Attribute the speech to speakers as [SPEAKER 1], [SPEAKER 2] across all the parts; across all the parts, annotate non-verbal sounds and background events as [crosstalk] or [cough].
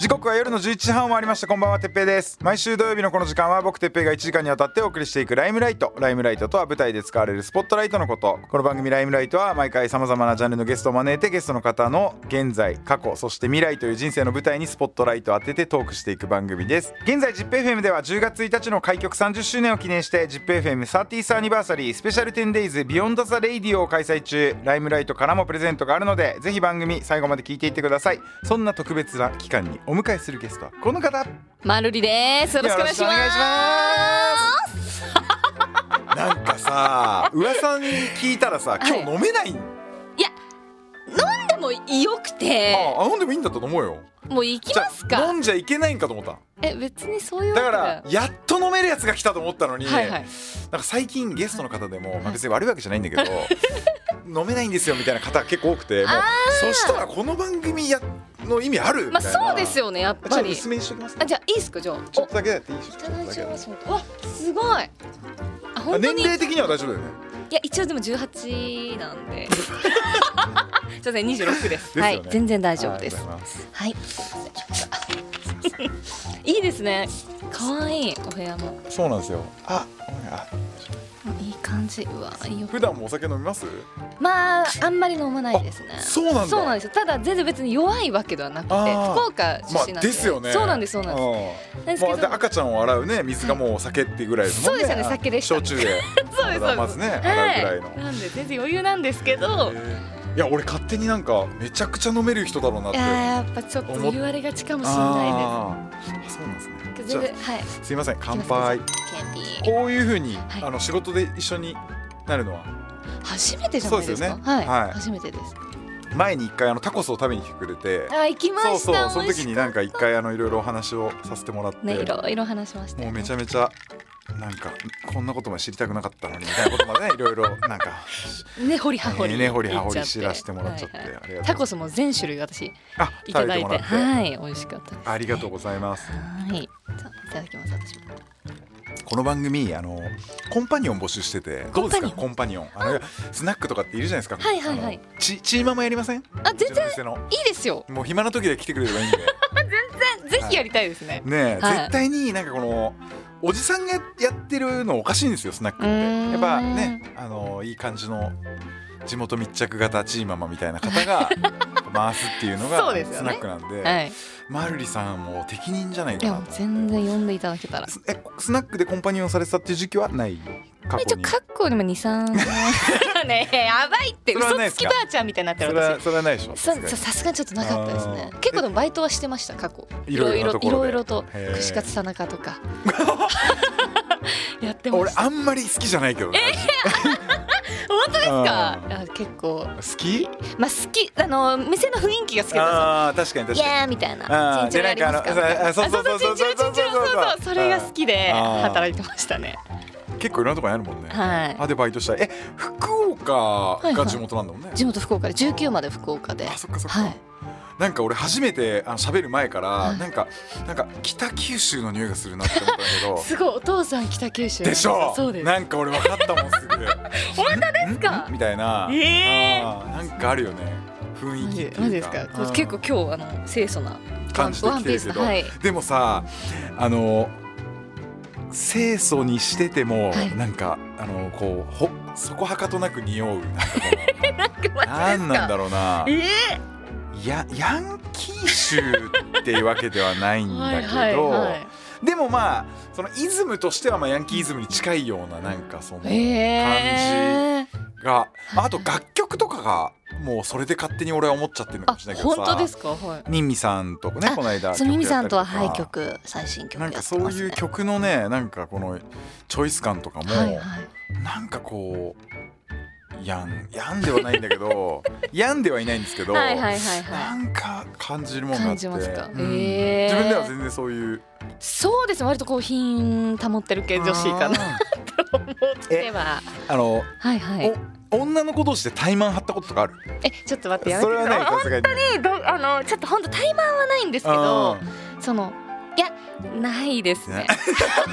[SPEAKER 1] 時刻は夜の11時半を回りましたこんばんはてっぺいです毎週土曜日のこの時間は僕てっぺいが1時間にわたってお送りしていくライムライトライムライトとは舞台で使われるスポットライトのことこの番組ライムライトは毎回さまざまなジャンルのゲストを招いてゲストの方の現在過去そして未来という人生の舞台にスポットライトを当ててトークしていく番組です現在 ZIPFM では10月1日の開局30周年を記念して ZIPFM30th アニバーサリースペシャル 10days ビヨンドザレイディオを開催中ライムライトからもプレゼントがあるのでぜひ番組最後まで聞いていってくださいそんな特別な期間にお迎えするゲストはこの方
[SPEAKER 2] まるりです。よろしくお願いし
[SPEAKER 1] よろ
[SPEAKER 2] ます。
[SPEAKER 1] しくお願いしますなんかさ噂に聞いたらさ今日飲めない
[SPEAKER 2] 飲
[SPEAKER 1] ん、
[SPEAKER 2] んでもよくて、
[SPEAKER 1] ああ飲んでもいいんだったと思うよ
[SPEAKER 2] もう行きます
[SPEAKER 1] じゃあ
[SPEAKER 2] か
[SPEAKER 1] 飲。んじゃいけないんかと思った
[SPEAKER 2] え、別にそういうわ
[SPEAKER 1] だ
[SPEAKER 2] け
[SPEAKER 1] からやっと飲めるやつが来たと思ったのに、
[SPEAKER 2] はいはい。
[SPEAKER 1] なんか最近ゲストの方でも、まあ、別に悪いわけじゃないんだ
[SPEAKER 2] [laughs]
[SPEAKER 1] けど飲めないんですよみたいな方が結構多くてもうそしたらこの番組やの意味あるみ
[SPEAKER 2] ま
[SPEAKER 1] た
[SPEAKER 2] あ
[SPEAKER 1] いな、
[SPEAKER 2] そうですよね、やっ
[SPEAKER 1] ちょ
[SPEAKER 2] ぱ
[SPEAKER 1] っと
[SPEAKER 2] り。
[SPEAKER 1] 薄めにしときます
[SPEAKER 2] あ、
[SPEAKER 1] ね
[SPEAKER 2] じゃあいいですか、じゃあ。
[SPEAKER 1] ちょっとだけだっていいし
[SPEAKER 2] いただき
[SPEAKER 1] ちょっとだ
[SPEAKER 2] ま
[SPEAKER 1] け
[SPEAKER 2] す。わ、すごい。あ、
[SPEAKER 1] あ
[SPEAKER 2] 本当
[SPEAKER 1] 年
[SPEAKER 2] に。い
[SPEAKER 1] 齢的には大丈夫だよね
[SPEAKER 2] や、一応でも18なん
[SPEAKER 1] [laughs]
[SPEAKER 2] で。ちょっとね、26です。
[SPEAKER 1] すよね
[SPEAKER 2] はい、全然大丈夫です
[SPEAKER 1] あり。がとうございます
[SPEAKER 2] はい。い [laughs] いですね。可愛いい、お部屋も。
[SPEAKER 1] そうなんですよあごめんあ
[SPEAKER 2] いい感じ。うわ、いいよ。
[SPEAKER 1] 普段もお酒飲みます
[SPEAKER 2] まああんまり飲まないですね
[SPEAKER 1] あそうなんだ
[SPEAKER 2] そうなんですよただ全然別に弱いわけではなくて
[SPEAKER 1] あー
[SPEAKER 2] 福岡出
[SPEAKER 1] ま
[SPEAKER 2] 身なんで、
[SPEAKER 1] あですよね
[SPEAKER 2] そうなんですそうなんで
[SPEAKER 1] うん
[SPEAKER 2] ですけど
[SPEAKER 1] まあで赤ちゃんを洗うね水がもう酒っていうぐらいですもんね
[SPEAKER 2] そうですよね酒でした
[SPEAKER 1] 焼酎で
[SPEAKER 2] すそうですそうです
[SPEAKER 1] まずね
[SPEAKER 2] は
[SPEAKER 1] 洗うぐらいの
[SPEAKER 2] なんで全然余裕なんですけど
[SPEAKER 1] いや俺勝手になんかめちゃくちゃ飲める人だろうなっ
[SPEAKER 2] い
[SPEAKER 1] て
[SPEAKER 2] やーやっぱちょっ
[SPEAKER 1] 思
[SPEAKER 2] と
[SPEAKER 1] っ
[SPEAKER 2] 言われがちかもしれな
[SPEAKER 1] あーあそうなんですね
[SPEAKER 2] いです
[SPEAKER 1] じ
[SPEAKER 2] 全
[SPEAKER 1] ゃ
[SPEAKER 2] 然はい
[SPEAKER 1] あすいません乾杯
[SPEAKER 2] 行きますかじゃあケンピー
[SPEAKER 1] こういうふうに、
[SPEAKER 2] はい
[SPEAKER 1] あの仕事で一緒になるのは
[SPEAKER 2] 初めてじゃないですか
[SPEAKER 1] そうですよね
[SPEAKER 2] はい、
[SPEAKER 1] はい
[SPEAKER 2] 初めてです
[SPEAKER 1] 前に一回あのタコスを食べに来てくれて
[SPEAKER 2] あ行きました
[SPEAKER 1] そうそうそ
[SPEAKER 2] 美
[SPEAKER 1] の
[SPEAKER 2] 味し
[SPEAKER 1] 時になんか一回あのいろいろお話をさせてもらって、
[SPEAKER 2] ねいろいろ話しました
[SPEAKER 1] もうめち
[SPEAKER 2] ゃ
[SPEAKER 1] ゃめちゃなんかこんなことまで知りたくなかったのにみたいなことまで
[SPEAKER 2] [laughs]
[SPEAKER 1] ねいろいろなんか
[SPEAKER 2] ねほりはほり
[SPEAKER 1] ねねほりはほり
[SPEAKER 2] 言っちゃって
[SPEAKER 1] 知らせてもらっちゃって
[SPEAKER 2] はいはい
[SPEAKER 1] ありがとう
[SPEAKER 2] タコスも全種類私
[SPEAKER 1] あ
[SPEAKER 2] いた
[SPEAKER 1] 食べ
[SPEAKER 2] だ
[SPEAKER 1] て
[SPEAKER 2] い
[SPEAKER 1] も
[SPEAKER 2] て
[SPEAKER 1] らって、
[SPEAKER 2] はい美味しかったです
[SPEAKER 1] ありがとうございます
[SPEAKER 2] はいじゃあいただきます私も
[SPEAKER 1] この番組あのコンパニオン募集しててどうですかコンパニオンあのスナックとかっているじゃないですか
[SPEAKER 2] はいはいはい
[SPEAKER 1] あのちチーママやりません
[SPEAKER 2] あ全
[SPEAKER 1] うちの
[SPEAKER 2] 然い
[SPEAKER 1] 店の
[SPEAKER 2] いですよ。
[SPEAKER 1] もう暇な時で来てくれればいい
[SPEAKER 2] [laughs]
[SPEAKER 1] んで
[SPEAKER 2] ぜひやりたいですね。
[SPEAKER 1] ねえ、
[SPEAKER 2] はい
[SPEAKER 1] 絶対になんかこのおじさんがやってるのおかしいんですよスナックっ
[SPEAKER 2] う
[SPEAKER 1] て
[SPEAKER 2] ーん
[SPEAKER 1] やっぱねあのいい感じの地元密着型チーママみたいな方
[SPEAKER 2] [laughs]
[SPEAKER 1] が回すっていうのが
[SPEAKER 2] そうですよね
[SPEAKER 1] スナックなんで
[SPEAKER 2] はい。
[SPEAKER 1] マルリさんもう適任じゃない
[SPEAKER 2] い
[SPEAKER 1] か
[SPEAKER 2] や
[SPEAKER 1] な
[SPEAKER 2] もう全然読んでいただけたら。
[SPEAKER 1] すえスナックでコンパニオンされてたっていう時期はない過
[SPEAKER 2] 一
[SPEAKER 1] 去
[SPEAKER 2] 応
[SPEAKER 1] に
[SPEAKER 2] 括弧でも二三 [laughs] ねえやばいって
[SPEAKER 1] それは
[SPEAKER 2] 嘘
[SPEAKER 1] ないで
[SPEAKER 2] つ
[SPEAKER 1] す
[SPEAKER 2] き
[SPEAKER 1] か
[SPEAKER 2] ばあちゃんみたいになって
[SPEAKER 1] そ
[SPEAKER 2] る
[SPEAKER 1] れは
[SPEAKER 2] 私。
[SPEAKER 1] それはないでしょ
[SPEAKER 2] そ
[SPEAKER 1] さすが
[SPEAKER 2] そ
[SPEAKER 1] に
[SPEAKER 2] さすがにちょっとなかったですね
[SPEAKER 1] あー
[SPEAKER 2] 結構でもバイトはしてました過去
[SPEAKER 1] いろいろなとこ
[SPEAKER 2] い
[SPEAKER 1] ろ
[SPEAKER 2] ろ
[SPEAKER 1] で
[SPEAKER 2] いろと
[SPEAKER 1] へー
[SPEAKER 2] 串カツ田中と [laughs] かやってま
[SPEAKER 1] 俺
[SPEAKER 2] した
[SPEAKER 1] あんまり好きじゃないけどね
[SPEAKER 2] 本当ですか
[SPEAKER 1] うん
[SPEAKER 2] いや結構
[SPEAKER 1] 好き
[SPEAKER 2] まあ好きあの店の雰囲気が好きです
[SPEAKER 1] あー確かに確
[SPEAKER 2] イ
[SPEAKER 1] かに
[SPEAKER 2] エーみたい
[SPEAKER 1] あ
[SPEAKER 2] な。
[SPEAKER 1] ー
[SPEAKER 2] チンチロやりますかみたいな。
[SPEAKER 1] でなんかあのそうそうそ
[SPEAKER 2] あそうそうチ
[SPEAKER 1] うそう
[SPEAKER 2] ンチロチンチロそう
[SPEAKER 1] そうそう
[SPEAKER 2] そうそれが好きで
[SPEAKER 1] あー
[SPEAKER 2] 働いてましたね。
[SPEAKER 1] 結構いろんなとこにあるもんね、
[SPEAKER 2] は
[SPEAKER 1] あでバイトしたいえ福岡が地元なんだもんね、
[SPEAKER 2] い。地元福岡で19まで福岡で。
[SPEAKER 1] あそっかそっか、
[SPEAKER 2] はい。
[SPEAKER 1] なんか俺初めてあの喋る前から、
[SPEAKER 2] はい
[SPEAKER 1] なんかなんか北九州の匂いがするなって思ったんだけ
[SPEAKER 2] [laughs]
[SPEAKER 1] ど
[SPEAKER 2] すごいお父さん北九州なん
[SPEAKER 1] で
[SPEAKER 2] です
[SPEAKER 1] し
[SPEAKER 2] よ
[SPEAKER 1] ょ
[SPEAKER 2] そうです。
[SPEAKER 1] なんか俺分かったもんすぐ
[SPEAKER 2] [laughs] 本当ですか
[SPEAKER 1] ん。みたいな、
[SPEAKER 2] えー
[SPEAKER 1] あーなんかあるよね
[SPEAKER 2] マ
[SPEAKER 1] 雰囲気ってい
[SPEAKER 2] ジ
[SPEAKER 1] う
[SPEAKER 2] マジですか。こう結構今日あの清楚な
[SPEAKER 1] うん感じて
[SPEAKER 2] ワ
[SPEAKER 1] き
[SPEAKER 2] ン
[SPEAKER 1] て
[SPEAKER 2] ピー
[SPEAKER 1] る
[SPEAKER 2] ス
[SPEAKER 1] け
[SPEAKER 2] の
[SPEAKER 1] ど、
[SPEAKER 2] はい。
[SPEAKER 1] でもさあの清楚にしてても、
[SPEAKER 2] はい
[SPEAKER 1] なんかあのこうほそこはかとなく
[SPEAKER 2] [laughs]
[SPEAKER 1] 匂う
[SPEAKER 2] なんかマ
[SPEAKER 1] な
[SPEAKER 2] ジです
[SPEAKER 1] ん
[SPEAKER 2] か。
[SPEAKER 1] なんだろうな
[SPEAKER 2] え
[SPEAKER 1] やヤンキー州っていうわけではないん
[SPEAKER 2] え。
[SPEAKER 1] だ
[SPEAKER 2] は
[SPEAKER 1] け
[SPEAKER 2] い
[SPEAKER 1] ど、
[SPEAKER 2] はいはい。
[SPEAKER 1] でもまあそのイズムとしてはまあヤンキーイズムに近いようななんかその
[SPEAKER 2] ええ。
[SPEAKER 1] が、まあ、あと楽曲とかがもうそれで勝手に俺は思っちゃってるのか
[SPEAKER 2] あ
[SPEAKER 1] もしれないけど
[SPEAKER 2] 本
[SPEAKER 1] さ
[SPEAKER 2] 当ですか。はい。
[SPEAKER 1] ミンミさんとね
[SPEAKER 2] あ
[SPEAKER 1] この間
[SPEAKER 2] そのミミさんとは
[SPEAKER 1] 曲や
[SPEAKER 2] はい
[SPEAKER 1] ったりとか
[SPEAKER 2] 曲最新曲
[SPEAKER 1] な
[SPEAKER 2] やっ
[SPEAKER 1] ん
[SPEAKER 2] て
[SPEAKER 1] か
[SPEAKER 2] ますね。
[SPEAKER 1] そういう曲のねなんかこのチョイス感とかも、
[SPEAKER 2] はいはい。
[SPEAKER 1] なんかこうやんやんではないんだけど [laughs] やんではいないんですけど、
[SPEAKER 2] はいはいはいはい
[SPEAKER 1] なんか感じるもんがあっ
[SPEAKER 2] 感
[SPEAKER 1] て
[SPEAKER 2] じますか
[SPEAKER 1] うん
[SPEAKER 2] へー
[SPEAKER 1] 自分では全然そういう
[SPEAKER 2] そうですね割とこう品保ってる系女子かな
[SPEAKER 1] あ
[SPEAKER 2] と思っては
[SPEAKER 1] ーあの、
[SPEAKER 2] はいはい
[SPEAKER 1] お女の子同士で怠慢張ったこととかある
[SPEAKER 2] えちょっと待ってやめて
[SPEAKER 1] そ
[SPEAKER 2] く
[SPEAKER 1] れは
[SPEAKER 2] だ
[SPEAKER 1] な
[SPEAKER 2] さ
[SPEAKER 1] い
[SPEAKER 2] い
[SPEAKER 1] さすがに
[SPEAKER 2] 本当にどあのちょっと本当怠慢はないんですけどそのいやないですね [laughs]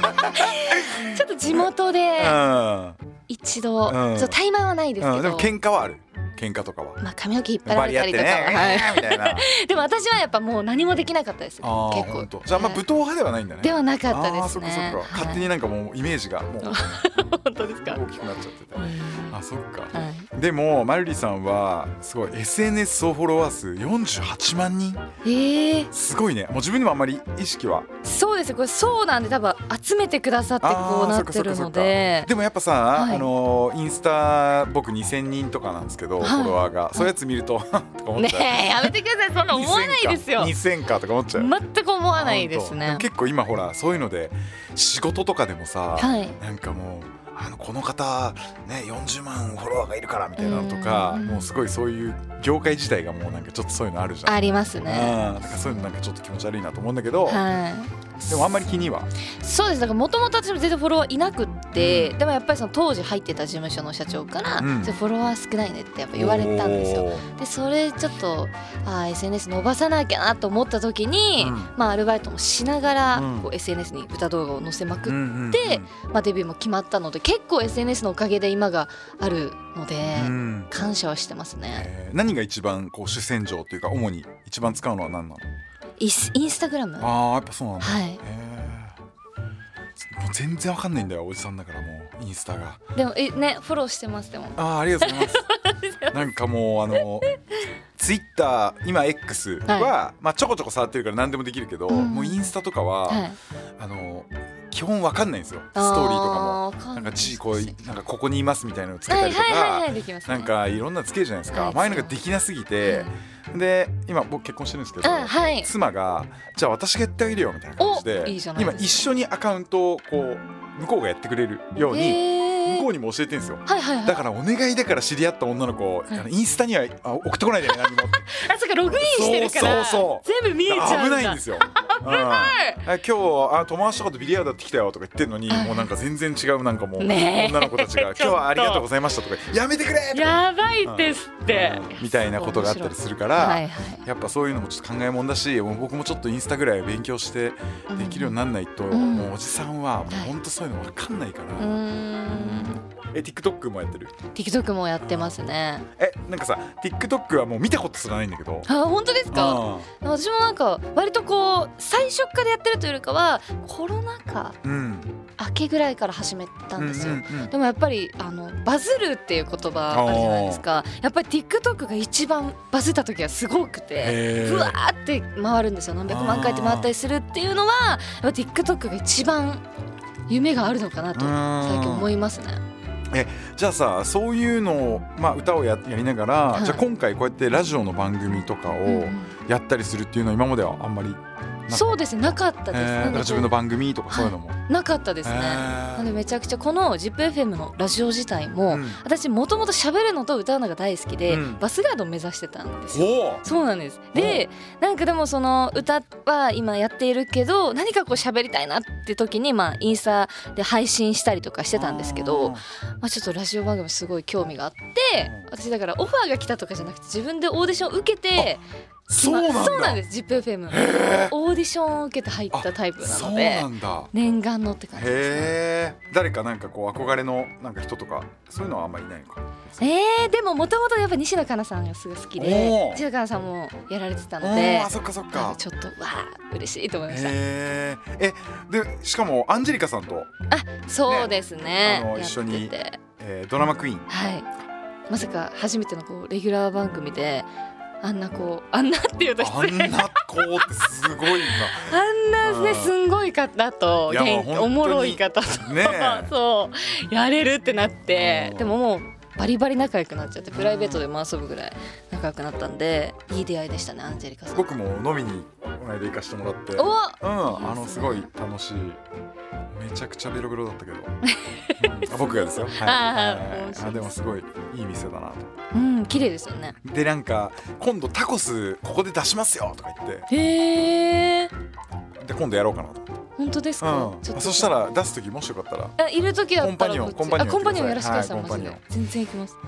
[SPEAKER 2] ちょっと地元で
[SPEAKER 1] う
[SPEAKER 2] 一度、
[SPEAKER 1] うん
[SPEAKER 2] ちょっと対マンはないですけ
[SPEAKER 1] ん、
[SPEAKER 2] ど、
[SPEAKER 1] うん、でも喧嘩はある喧嘩とかは
[SPEAKER 2] まあ髪の毛引っ張ら
[SPEAKER 1] バ
[SPEAKER 2] れ
[SPEAKER 1] リ合
[SPEAKER 2] た
[SPEAKER 1] って
[SPEAKER 2] り
[SPEAKER 1] ね
[SPEAKER 2] とかは、はい
[SPEAKER 1] みたいな
[SPEAKER 2] でも私はやっぱもう何もできなかったです結
[SPEAKER 1] あー
[SPEAKER 2] 構
[SPEAKER 1] 本当じゃあまあ
[SPEAKER 2] は
[SPEAKER 1] 武
[SPEAKER 2] い
[SPEAKER 1] 闘派ではないんだね
[SPEAKER 2] では
[SPEAKER 1] な
[SPEAKER 2] なかったですね
[SPEAKER 1] あーそっかそっか、勝手になんかもうイメージがもう
[SPEAKER 2] はい本当ですか、
[SPEAKER 1] 大きくなっちゃっててあそっか
[SPEAKER 2] はい
[SPEAKER 1] でもマルリさんはすごい SNS 総フォロワー数48万人
[SPEAKER 2] えー、
[SPEAKER 1] すごいねもう自分でもあんまり意識は
[SPEAKER 2] そうですねこれそうなんで多分集めてくださってこう
[SPEAKER 1] あー
[SPEAKER 2] な
[SPEAKER 1] そ
[SPEAKER 2] っ
[SPEAKER 1] か
[SPEAKER 2] て
[SPEAKER 1] そか
[SPEAKER 2] る
[SPEAKER 1] そか
[SPEAKER 2] ので
[SPEAKER 1] でもやっぱさ、
[SPEAKER 2] い
[SPEAKER 1] あのインスタ僕2000人とかなんですけど、
[SPEAKER 2] はい
[SPEAKER 1] フォロワーがそういうやつ見ると [laughs] とか思っ
[SPEAKER 2] ね
[SPEAKER 1] ちゃう、
[SPEAKER 2] えやめてくださいそんな思わないですよ
[SPEAKER 1] 2000かとか思っちゃう
[SPEAKER 2] 全く思わないです
[SPEAKER 1] あ
[SPEAKER 2] ね
[SPEAKER 1] 本当結構今ほらそういうので仕事とかでもさ、
[SPEAKER 2] はい
[SPEAKER 1] なんかもうあのこの方ね40万フォロワーがいるからみたいなのとか
[SPEAKER 2] うん
[SPEAKER 1] もうすごいそういう業界自体がもうなんかちょっとそういうのあるじゃん。
[SPEAKER 2] ありますね
[SPEAKER 1] うんだからそういうのなんかちょっと気持ち悪いなと思うんだけど、
[SPEAKER 2] はい
[SPEAKER 1] でもあんまり気には
[SPEAKER 2] そうですだからもともと私も全然フォロワーいなくって、でもやっぱりその当時入ってた事務所の社長から、
[SPEAKER 1] うん
[SPEAKER 2] ちょっとフォロワー少ないねってやっぱ言われたんですよ
[SPEAKER 1] おー
[SPEAKER 2] でそれちょっとあー SNS 伸ばさなきゃなと思った時に、
[SPEAKER 1] うん
[SPEAKER 2] まあ、アルバイトもしながら、
[SPEAKER 1] うん
[SPEAKER 2] こう SNS に歌動画を載せまくっ
[SPEAKER 1] うんうんうん
[SPEAKER 2] てまあ、デビューも決まったので結構 SNS のおかげで今があるので、
[SPEAKER 1] うん
[SPEAKER 2] 感謝はしてますね
[SPEAKER 1] えー何が一番こう主戦場というか主に一番使うのは何なの
[SPEAKER 2] イスインスタグラムは
[SPEAKER 1] あーやっぱそうなんだ、
[SPEAKER 2] い
[SPEAKER 1] へーもう全然わかんないんだよおじさんだからもうインスタが
[SPEAKER 2] でもえねフォローしてますでも
[SPEAKER 1] あーありがとうござ
[SPEAKER 2] [laughs]
[SPEAKER 1] いますなんかもうあのツイッター今 X は、まあ、ちょこちょこ触ってるから何でもできるけど、
[SPEAKER 2] うん
[SPEAKER 1] もうインスタとかは、
[SPEAKER 2] はい
[SPEAKER 1] あの基本わかんないんですよストーリーとかも
[SPEAKER 2] あーわか
[SPEAKER 1] なんん
[SPEAKER 2] な
[SPEAKER 1] か
[SPEAKER 2] い
[SPEAKER 1] 字こういなんかここにいますみたいなのつけ
[SPEAKER 2] は
[SPEAKER 1] た
[SPEAKER 2] い
[SPEAKER 1] りとか、
[SPEAKER 2] はいはいはいできますね
[SPEAKER 1] なんかいろんなつけるじゃないですか、
[SPEAKER 2] はい
[SPEAKER 1] 前のができなすぎて、で今僕結婚してるんですけど、
[SPEAKER 2] あはい
[SPEAKER 1] 妻がじゃあ私がやってあげるよみたいな感じで
[SPEAKER 2] おいいじゃないで
[SPEAKER 1] 今
[SPEAKER 2] すか
[SPEAKER 1] 一緒にアカウントをこう向こうがやってくれるように、
[SPEAKER 2] え
[SPEAKER 1] 向こ
[SPEAKER 2] ー
[SPEAKER 1] うにも教えてるんですよ。
[SPEAKER 2] はいはいはい
[SPEAKER 1] だからお願いだから知り合った女の子、あのインスタにはあ送ってこないでね何も
[SPEAKER 2] [laughs] あそうかログインしてるから
[SPEAKER 1] そうそうそう
[SPEAKER 2] 全部見えちゃう
[SPEAKER 1] 危
[SPEAKER 2] んだ
[SPEAKER 1] ないんですよ。危ない、あ今日あ友達とかとビリヤードやってきたよとか言ってるのに、
[SPEAKER 2] はい
[SPEAKER 1] もうなんか全然違うなんかもう、
[SPEAKER 2] ねえ
[SPEAKER 1] 女の子たちが
[SPEAKER 2] [laughs]
[SPEAKER 1] 今
[SPEAKER 2] ちょっと
[SPEAKER 1] 日はありがとうございましたとかやめてくれとか
[SPEAKER 2] やばいですって、
[SPEAKER 1] うんみたいなことがあったりするから、
[SPEAKER 2] はいはい
[SPEAKER 1] やっぱそういうのもちょっと考えもんだしもう僕もちょっとインスタぐらい勉強してできるようになんないと、
[SPEAKER 2] ん
[SPEAKER 1] もうおじさんはもう
[SPEAKER 2] はい
[SPEAKER 1] ほんとそういうの分かんないから、
[SPEAKER 2] うーん
[SPEAKER 1] え TikTok もやってる
[SPEAKER 2] TikTok もやってますね
[SPEAKER 1] えなんかさ TikTok はもう見たことすらないんだけど
[SPEAKER 2] あ本当ですか私もなんか割とこう最初からやってるというよりかはコロナ禍
[SPEAKER 1] うんうん
[SPEAKER 2] 明けぐらいから始めたんですよ、
[SPEAKER 1] うんうんうん
[SPEAKER 2] でもやっぱりあのバズるっていう言葉あるじゃないですかやっぱり TikTok が一番バズった時はすごくて
[SPEAKER 1] へー
[SPEAKER 2] ふわーって回るんですよ何百万回って回ったりするっていうのはやっぱ TikTok が一番夢があるのかなと
[SPEAKER 1] うん
[SPEAKER 2] 最近思いますね
[SPEAKER 1] じゃあさそういうのを、まあ、歌をややりながら、
[SPEAKER 2] い
[SPEAKER 1] じゃあ今回こうやってラジオの番組とか
[SPEAKER 2] うんう
[SPEAKER 1] を
[SPEAKER 2] ん
[SPEAKER 1] やったりするっていうのは今まではあんまり、
[SPEAKER 2] そうですねなかったです
[SPEAKER 1] えーだ
[SPEAKER 2] な
[SPEAKER 1] か
[SPEAKER 2] ん
[SPEAKER 1] ら
[SPEAKER 2] で
[SPEAKER 1] 自分の番組とかそういうのも。
[SPEAKER 2] なかったですね
[SPEAKER 1] へー
[SPEAKER 2] なのでめちゃくちゃこの ZIPFM のラジオ自体も、
[SPEAKER 1] うん
[SPEAKER 2] 私もともと喋るのと歌うのが大好きで、
[SPEAKER 1] うん
[SPEAKER 2] バスガードを目指してたんですよ。
[SPEAKER 1] おー
[SPEAKER 2] そうなんですでなんかでもその歌は今やっているけど何かこう喋りたいなって時にまあインスタで配信したりとかしてたんですけどまあ、ちょっとラジオ番組すごい興味があって私だからオファーが来たとかじゃなくて自分でオーディションを受けて
[SPEAKER 1] そうなんだ
[SPEAKER 2] そうなんです ZIPFM オーディションを受けて入ったタイプな
[SPEAKER 1] そ
[SPEAKER 2] の
[SPEAKER 1] う
[SPEAKER 2] で
[SPEAKER 1] なんだ
[SPEAKER 2] 念願のって感じですね。
[SPEAKER 1] へえ誰かなんかこう憧れのなんか人とかそういうのはあんまりいないのか
[SPEAKER 2] えー、でももともとやっぱ西野カナさんがすごい好き
[SPEAKER 1] お
[SPEAKER 2] で
[SPEAKER 1] ー
[SPEAKER 2] 西野カナさんもやられてた
[SPEAKER 1] う
[SPEAKER 2] の
[SPEAKER 1] ん
[SPEAKER 2] で
[SPEAKER 1] あそっかそっ
[SPEAKER 2] なん
[SPEAKER 1] か
[SPEAKER 2] かちょっとわあ嬉しいと思いました
[SPEAKER 1] へーえでしかもアンジェリカさんと、
[SPEAKER 2] そうですね
[SPEAKER 1] あの
[SPEAKER 2] や
[SPEAKER 1] 一緒
[SPEAKER 2] っ
[SPEAKER 1] に
[SPEAKER 2] てて
[SPEAKER 1] えードラ
[SPEAKER 2] [laughs]
[SPEAKER 1] マクイーン
[SPEAKER 2] はいまさか初めてのこうレギュラー番組であんなこうあんなっていうと
[SPEAKER 1] あ
[SPEAKER 2] 失
[SPEAKER 1] ん
[SPEAKER 2] 礼あんな
[SPEAKER 1] な子ってすごい
[SPEAKER 2] ですねすんごい方と [laughs]
[SPEAKER 1] いやも
[SPEAKER 2] 元
[SPEAKER 1] う本
[SPEAKER 2] 気
[SPEAKER 1] 当に
[SPEAKER 2] おもろい方と
[SPEAKER 1] なね
[SPEAKER 2] [laughs] そうやれるってなって
[SPEAKER 1] うん
[SPEAKER 2] でももうバリバリ仲良くなっちゃってプライベートでも遊ぶぐらい仲良くなったんでいい出会いでしたねアンジェリカ
[SPEAKER 1] え
[SPEAKER 2] さん。
[SPEAKER 1] 僕も飲みにこの間行かしてもらってうん
[SPEAKER 2] お
[SPEAKER 1] あのすごい楽しいめちゃくちゃベロベロだったけど、うんあ僕
[SPEAKER 2] [laughs]
[SPEAKER 1] がですよ、はい
[SPEAKER 2] あー
[SPEAKER 1] はい
[SPEAKER 2] 面白いです
[SPEAKER 1] あでもすごいいい店だなと
[SPEAKER 2] うん綺麗ですよね。
[SPEAKER 1] でなんか今度タコスここで出しますよとか言って
[SPEAKER 2] へえ。
[SPEAKER 1] で今度やろうかなと思って
[SPEAKER 2] 本当ですか、ちょっ
[SPEAKER 1] うん、
[SPEAKER 2] と
[SPEAKER 1] そしたら出す時もしよかったら、
[SPEAKER 2] あいる時だったらこっち
[SPEAKER 1] コンパニオン
[SPEAKER 2] あ
[SPEAKER 1] コ
[SPEAKER 2] コ
[SPEAKER 1] ン
[SPEAKER 2] ン
[SPEAKER 1] パ
[SPEAKER 2] パ
[SPEAKER 1] ニ
[SPEAKER 2] ニ
[SPEAKER 1] オ
[SPEAKER 2] オ
[SPEAKER 1] ン
[SPEAKER 2] ンや
[SPEAKER 1] くだ
[SPEAKER 2] ら
[SPEAKER 1] さ
[SPEAKER 2] せ
[SPEAKER 1] い
[SPEAKER 2] てください、マジ
[SPEAKER 1] はいコンパ
[SPEAKER 2] で
[SPEAKER 1] ニ
[SPEAKER 2] 全然行きます
[SPEAKER 1] うん、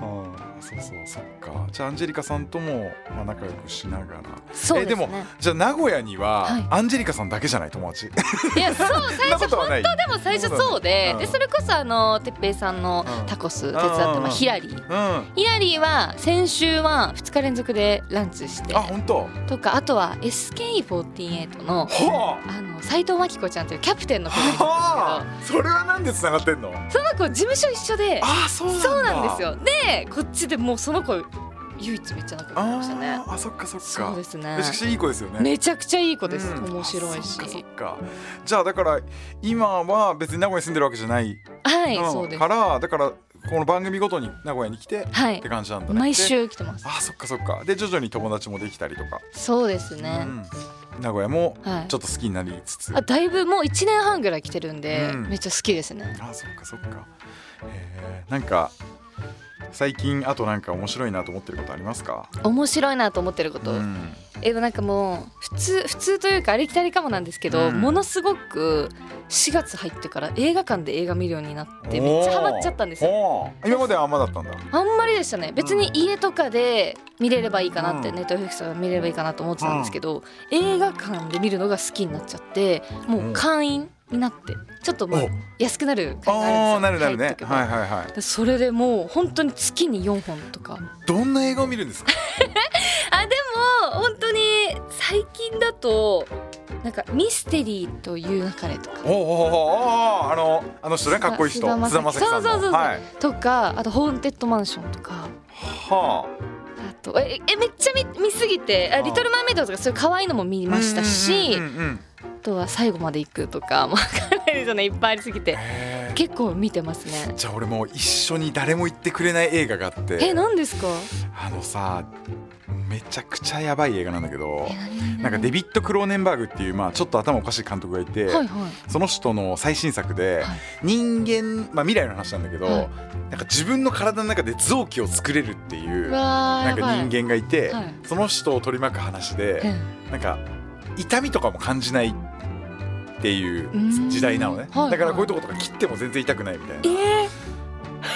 [SPEAKER 1] そうそうそっかじゃあアンジェリカさんとも、まあ、仲良くしながら
[SPEAKER 2] そうですね
[SPEAKER 1] えでもじゃあ名古屋には、
[SPEAKER 2] はい
[SPEAKER 1] アンジェリカさんだけじゃない友達
[SPEAKER 2] いやそう最
[SPEAKER 1] なこ
[SPEAKER 2] 初
[SPEAKER 1] とは
[SPEAKER 2] 本
[SPEAKER 1] ない
[SPEAKER 2] 当でも最初そうで,、
[SPEAKER 1] うん
[SPEAKER 2] でそれこそあの哲平さんの
[SPEAKER 1] うん
[SPEAKER 2] タコス手伝って、
[SPEAKER 1] うんうんう
[SPEAKER 2] ま
[SPEAKER 1] ん
[SPEAKER 2] あ、ヒラリー
[SPEAKER 1] うんあ
[SPEAKER 2] ヒラリーは先週は2日連続でランチして
[SPEAKER 1] 本当
[SPEAKER 2] とかあとは SKE48 の
[SPEAKER 1] は
[SPEAKER 2] あの斉藤真希子ちゃんというキャプテンの
[SPEAKER 1] あ
[SPEAKER 2] 子がいるんですけど
[SPEAKER 1] はあそれはなんでつながってんの
[SPEAKER 2] その子事務所一緒で
[SPEAKER 1] あそうなんだ
[SPEAKER 2] そうなんですよでこっちでもうその子唯一めっちゃ仲良くなりましたね
[SPEAKER 1] あーあそっかそっか
[SPEAKER 2] そうですね
[SPEAKER 1] めちゃくちゃいい子ですよね
[SPEAKER 2] めちゃくちゃいい子です、
[SPEAKER 1] うん
[SPEAKER 2] 面白いし
[SPEAKER 1] あそっかそっかじゃあだから今は別に名古屋に住んでるわけじゃない、
[SPEAKER 2] はい
[SPEAKER 1] うん
[SPEAKER 2] そうです
[SPEAKER 1] からだからこの番組ごとに名古屋に来て
[SPEAKER 2] は
[SPEAKER 1] っ
[SPEAKER 2] い
[SPEAKER 1] て感じなんだね
[SPEAKER 2] 毎
[SPEAKER 1] で
[SPEAKER 2] 週来てます
[SPEAKER 1] あそっかそっかで徐々に友達もできたりとか、
[SPEAKER 2] そうですね、
[SPEAKER 1] うん、名古屋も
[SPEAKER 2] はい
[SPEAKER 1] ちょっと好きになりつつ、
[SPEAKER 2] あだいぶもう1年半ぐらい来てるんで、
[SPEAKER 1] うん
[SPEAKER 2] めっちゃ好きですね
[SPEAKER 1] あそっかそっかへえなんか最近あとなんか面白いなと思ってることありますか、
[SPEAKER 2] 面白いなと思ってること、
[SPEAKER 1] うん、
[SPEAKER 2] えっとなんかもう普通普通というかありきたりかもなんですけど、
[SPEAKER 1] うん
[SPEAKER 2] ものすごく4月入ってから映画館で映画見るようになってめっちゃハマっちゃったんですよ
[SPEAKER 1] よ今まではあんまだったんだ
[SPEAKER 2] あんまりでしたね別に家とかで見れればいいかなって、ネットフリックスとか見れればいいかなと思ってたんですけど、映画館で見るのが好きになっちゃってもう会員になってちょっとまあ
[SPEAKER 1] お
[SPEAKER 2] 安くなる会があるんです
[SPEAKER 1] ああ
[SPEAKER 2] よ
[SPEAKER 1] ーなるなる
[SPEAKER 2] 入っ
[SPEAKER 1] ね
[SPEAKER 2] てく
[SPEAKER 1] はいはいはい
[SPEAKER 2] でそれでもう本当に月に4本とか
[SPEAKER 1] どんな映画を見るんですか
[SPEAKER 2] あでも本当に最近だとなんかミステリーという流れとか
[SPEAKER 1] おーおーおーおーあのあの人ねかっこいい人
[SPEAKER 2] 菅田
[SPEAKER 1] 菅田
[SPEAKER 2] 将
[SPEAKER 1] 将
[SPEAKER 2] 暉
[SPEAKER 1] 暉さんの
[SPEAKER 2] そうそうそうそう
[SPEAKER 1] はい
[SPEAKER 2] とかあとホーンテッドマンションとか
[SPEAKER 1] は
[SPEAKER 2] あとええめっちゃ見見すぎて
[SPEAKER 1] あ
[SPEAKER 2] あリトルマーメイドとかそういう可愛いのも見
[SPEAKER 1] あ
[SPEAKER 2] ましたし
[SPEAKER 1] うんうんうんうん
[SPEAKER 2] あとは最後まで行くとかもうわかんないですよねいっぱいありすぎて
[SPEAKER 1] へ
[SPEAKER 2] 結構見てますね
[SPEAKER 1] ーじゃあ俺もう一緒に誰も言ってくれない映画があって
[SPEAKER 2] え何ですか
[SPEAKER 1] あのさめちゃくちゃやばい映画なんだけど
[SPEAKER 2] え何何
[SPEAKER 1] なんかデビッド・クローネンバーグっていう、まあ、ちょっと頭おかしい監督がいて、
[SPEAKER 2] はいはい
[SPEAKER 1] その人の最新作で、
[SPEAKER 2] はい
[SPEAKER 1] 人間、まあ、未来の話なんだけど、
[SPEAKER 2] はい
[SPEAKER 1] なんか自分の体の中で臓器を作れるっていう
[SPEAKER 2] うわー
[SPEAKER 1] なんか
[SPEAKER 2] やばい
[SPEAKER 1] 人間がいて、
[SPEAKER 2] はい
[SPEAKER 1] その人を取り巻く話で、
[SPEAKER 2] え
[SPEAKER 1] なんか痛みとかも感じないっていう
[SPEAKER 2] ーん
[SPEAKER 1] 時代なのね、
[SPEAKER 2] はいはい
[SPEAKER 1] だからこういうとことか切っても全然痛くないみたいな
[SPEAKER 2] ええ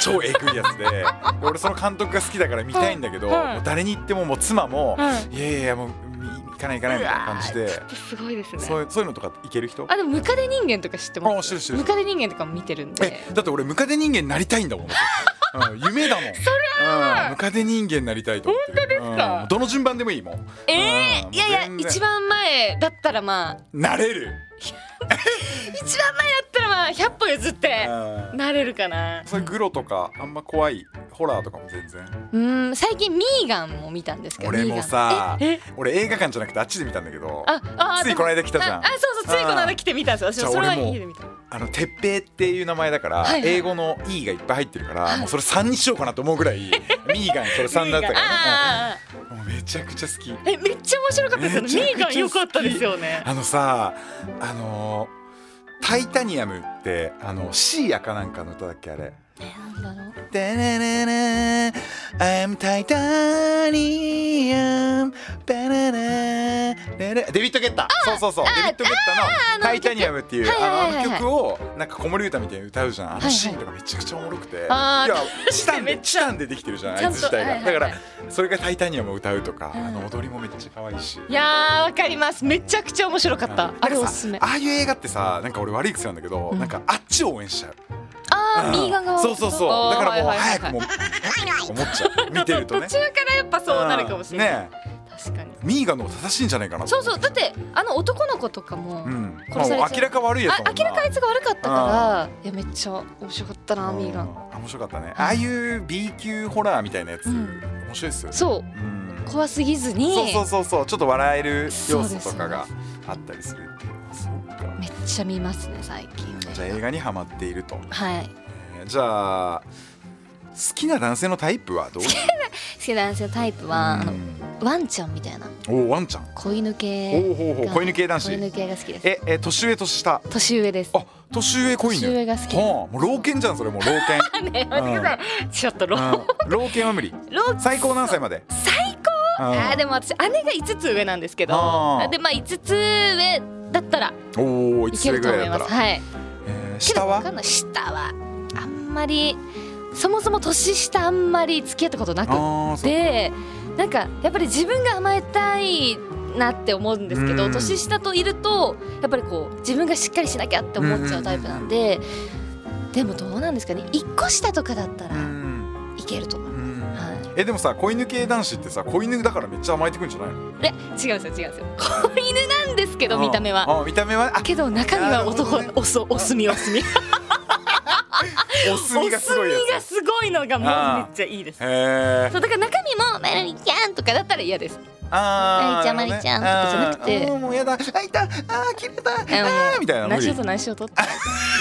[SPEAKER 1] 超えぐいやつ
[SPEAKER 2] [laughs]
[SPEAKER 1] でで俺その監督が好きだから見たいんだけど、
[SPEAKER 2] はいはい
[SPEAKER 1] もう誰に言ってももう妻も、
[SPEAKER 2] はい
[SPEAKER 1] い、やいやいやもうみ行かない行かないみたいな感じで
[SPEAKER 2] ーすごいですね
[SPEAKER 1] そういうそういうのとかいける人
[SPEAKER 2] あでもムカデ人間とか知って
[SPEAKER 1] あ
[SPEAKER 2] ま
[SPEAKER 1] 知ってる知
[SPEAKER 2] す
[SPEAKER 1] ってる
[SPEAKER 2] ムカデ人間とかも見てるんで
[SPEAKER 1] えだって俺ムカデ人間になりたいん
[SPEAKER 2] [laughs]
[SPEAKER 1] だもん、うん、夢だもんそれは、うん、ムカデ人間になりたいと思ってる本当です
[SPEAKER 2] か
[SPEAKER 1] どの順番でもいいもん
[SPEAKER 2] え
[SPEAKER 1] うん
[SPEAKER 2] ー、いやいや
[SPEAKER 1] 全然
[SPEAKER 2] 一番前だったらまあ
[SPEAKER 1] なれる、
[SPEAKER 2] 一番前だったらまあ100歩譲って
[SPEAKER 1] うん、
[SPEAKER 2] なれるかな
[SPEAKER 1] それグロとかあんま怖いホラーとかも全然
[SPEAKER 2] うん最近ミーガンも見たんですけど
[SPEAKER 1] 俺もさ
[SPEAKER 2] ミーガンええ
[SPEAKER 1] 俺映画館じゃなくてあっちで見たんだけど
[SPEAKER 2] ああ
[SPEAKER 1] ついこの間来たじゃん
[SPEAKER 2] ああそうそうついこの間来て見たんです
[SPEAKER 1] じ
[SPEAKER 2] よ
[SPEAKER 1] ゃあ
[SPEAKER 2] 私もそれは
[SPEAKER 1] 俺も
[SPEAKER 2] 家で見た
[SPEAKER 1] あの鉄平っていう名前だから、
[SPEAKER 2] はいはい
[SPEAKER 1] 英語の E がいっぱい入ってるからもうそれ3にしようかなと思うぐらいミーガンそれ3だった
[SPEAKER 2] ミーガン
[SPEAKER 1] からね
[SPEAKER 2] あーあ
[SPEAKER 1] うんもうめちゃくちゃ好き
[SPEAKER 2] ーあーえめっちゃ面白かったですよね
[SPEAKER 1] めちゃ
[SPEAKER 2] ミ
[SPEAKER 1] く
[SPEAKER 2] ー
[SPEAKER 1] ちゃ
[SPEAKER 2] ガン良かったですよね
[SPEAKER 1] あのさあのータイタニアム」ってあのシーアかなんかの歌だっけあれ
[SPEAKER 2] なんだろう
[SPEAKER 1] 「テレレレ I'm タイタニアム」「ベレレレレ」デビッド・ゲッタそうそうそうデビッド・ゲッタの「
[SPEAKER 2] あの
[SPEAKER 1] タイタニアム」っていう
[SPEAKER 2] 曲はい
[SPEAKER 1] あ
[SPEAKER 2] はい
[SPEAKER 1] の
[SPEAKER 2] は
[SPEAKER 1] あ
[SPEAKER 2] い
[SPEAKER 1] の
[SPEAKER 2] はい
[SPEAKER 1] 曲をなんか子守歌みたいに歌うじゃんあ
[SPEAKER 2] いは
[SPEAKER 1] の
[SPEAKER 2] い
[SPEAKER 1] シーンとかめちゃくちゃおもろくてい
[SPEAKER 2] あー
[SPEAKER 1] やチタン
[SPEAKER 2] め
[SPEAKER 1] で
[SPEAKER 2] っ
[SPEAKER 1] チタンでできてるじゃんあ
[SPEAKER 2] ちゃ
[SPEAKER 1] い
[SPEAKER 2] んと
[SPEAKER 1] つ自体
[SPEAKER 2] はい
[SPEAKER 1] が
[SPEAKER 2] は
[SPEAKER 1] だ
[SPEAKER 2] い
[SPEAKER 1] か
[SPEAKER 2] はい
[SPEAKER 1] らそれが「タイタニアム」を歌うとか
[SPEAKER 2] うん
[SPEAKER 1] あの踊りもめっちゃ可愛いし
[SPEAKER 2] いやーわかりますめちゃくちゃ面白かったあれおすすめ
[SPEAKER 1] ああいう映画ってさなんか俺悪い癖なんだけど、
[SPEAKER 2] うん
[SPEAKER 1] なんかあっちを応援しちゃう、
[SPEAKER 2] あーミーガンが
[SPEAKER 1] そうそうそう
[SPEAKER 2] あー
[SPEAKER 1] だからもう
[SPEAKER 2] はいはいはい
[SPEAKER 1] 早くもう [laughs] 思っちゃう見てるとね
[SPEAKER 2] 途中からやっぱそうなるかもしれない、
[SPEAKER 1] ね
[SPEAKER 2] 確かに
[SPEAKER 1] ミーガンの方が正しいんじゃないかなと
[SPEAKER 2] そう
[SPEAKER 1] 思
[SPEAKER 2] そうだってあの男の子とかも、
[SPEAKER 1] んまあ
[SPEAKER 2] 殺されちゃう
[SPEAKER 1] 明らか悪いやつ
[SPEAKER 2] あ
[SPEAKER 1] だもんな
[SPEAKER 2] 明らかあいつが悪かったからいやめっちゃ面白かったなミーガン
[SPEAKER 1] うん面白かったねああいう B 級ホラーみたいなやつ、
[SPEAKER 2] うん
[SPEAKER 1] 面白いっすよね
[SPEAKER 2] そう
[SPEAKER 1] うん
[SPEAKER 2] 怖すぎずに
[SPEAKER 1] そうそうそうそうちょっと笑える
[SPEAKER 2] そ
[SPEAKER 1] 要
[SPEAKER 2] うです
[SPEAKER 1] 素とかがあったりするっていうそうか
[SPEAKER 2] めっちゃ見ますね最近
[SPEAKER 1] じゃあ映画にはまっていると、
[SPEAKER 2] はい
[SPEAKER 1] えーじゃあ好きな男性のタイプはどう
[SPEAKER 2] 好きな男性のタイプは、あ
[SPEAKER 1] う
[SPEAKER 2] の
[SPEAKER 1] ん
[SPEAKER 2] ワンちゃんみたいな
[SPEAKER 1] おおワンちゃん
[SPEAKER 2] 子犬
[SPEAKER 1] お
[SPEAKER 2] 系
[SPEAKER 1] おほうほう
[SPEAKER 2] が
[SPEAKER 1] 子犬系男子
[SPEAKER 2] 子犬系が好きです
[SPEAKER 1] ええ年上年下
[SPEAKER 2] 年上です
[SPEAKER 1] あ年上子犬
[SPEAKER 2] 年上が好き
[SPEAKER 1] はあもう老犬じゃんそれもう老犬
[SPEAKER 2] ねえ待ってくださいちょっとロ
[SPEAKER 1] うん老犬は無理
[SPEAKER 2] ロ
[SPEAKER 1] 最高何歳まで
[SPEAKER 2] 最高
[SPEAKER 1] うん
[SPEAKER 2] あーでも私姉が5つ上なんですけど
[SPEAKER 1] あー
[SPEAKER 2] でまあ5つ上だったら
[SPEAKER 1] おお
[SPEAKER 2] い
[SPEAKER 1] 一
[SPEAKER 2] け
[SPEAKER 1] 世
[SPEAKER 2] る
[SPEAKER 1] ぐ
[SPEAKER 2] と
[SPEAKER 1] ら
[SPEAKER 2] 思
[SPEAKER 1] い
[SPEAKER 2] い
[SPEAKER 1] だっ
[SPEAKER 2] ま
[SPEAKER 1] た
[SPEAKER 2] す
[SPEAKER 1] ら、
[SPEAKER 2] はい
[SPEAKER 1] えー
[SPEAKER 2] けど
[SPEAKER 1] 下は
[SPEAKER 2] わかんない下はあんまりそもそも年下あんまり付き合ったことなくっ
[SPEAKER 1] あーそう
[SPEAKER 2] てなんかやっぱり自分が甘えたいなって思うんですけど、
[SPEAKER 1] うん
[SPEAKER 2] 年下といるとやっぱりこう自分がしっかりしなきゃって思っちゃうタイプなんで、でもどうなんですかね一個下とかだった
[SPEAKER 1] う
[SPEAKER 2] ら
[SPEAKER 1] ん
[SPEAKER 2] いけると思
[SPEAKER 1] う
[SPEAKER 2] う、
[SPEAKER 1] ん
[SPEAKER 2] はい
[SPEAKER 1] えでもさ子犬系男子ってさ子犬だからめっちゃ甘えてくんじゃないの
[SPEAKER 2] え違うんですよ違うんですよ子犬なんですけど見た目は
[SPEAKER 1] あー見た目はね
[SPEAKER 2] [laughs]
[SPEAKER 1] あ
[SPEAKER 2] けど中身は男、
[SPEAKER 1] なるほどね
[SPEAKER 2] おそお墨お
[SPEAKER 1] [laughs]
[SPEAKER 2] 墨
[SPEAKER 1] お墨がすごいや
[SPEAKER 2] お墨が
[SPEAKER 1] つ
[SPEAKER 2] すごいのがも
[SPEAKER 1] あー
[SPEAKER 2] うめっちゃいいです
[SPEAKER 1] へえ
[SPEAKER 2] そうだから中身も「まるりちゃん」とかだったら嫌です
[SPEAKER 1] あー
[SPEAKER 2] まりちゃん
[SPEAKER 1] なるほどね
[SPEAKER 2] まりちゃんとかじゃなくて
[SPEAKER 1] あーもうやだあいたあー切れたあーみたいな無
[SPEAKER 2] 何
[SPEAKER 1] 理
[SPEAKER 2] しようと何しよう
[SPEAKER 1] [laughs]
[SPEAKER 2] とって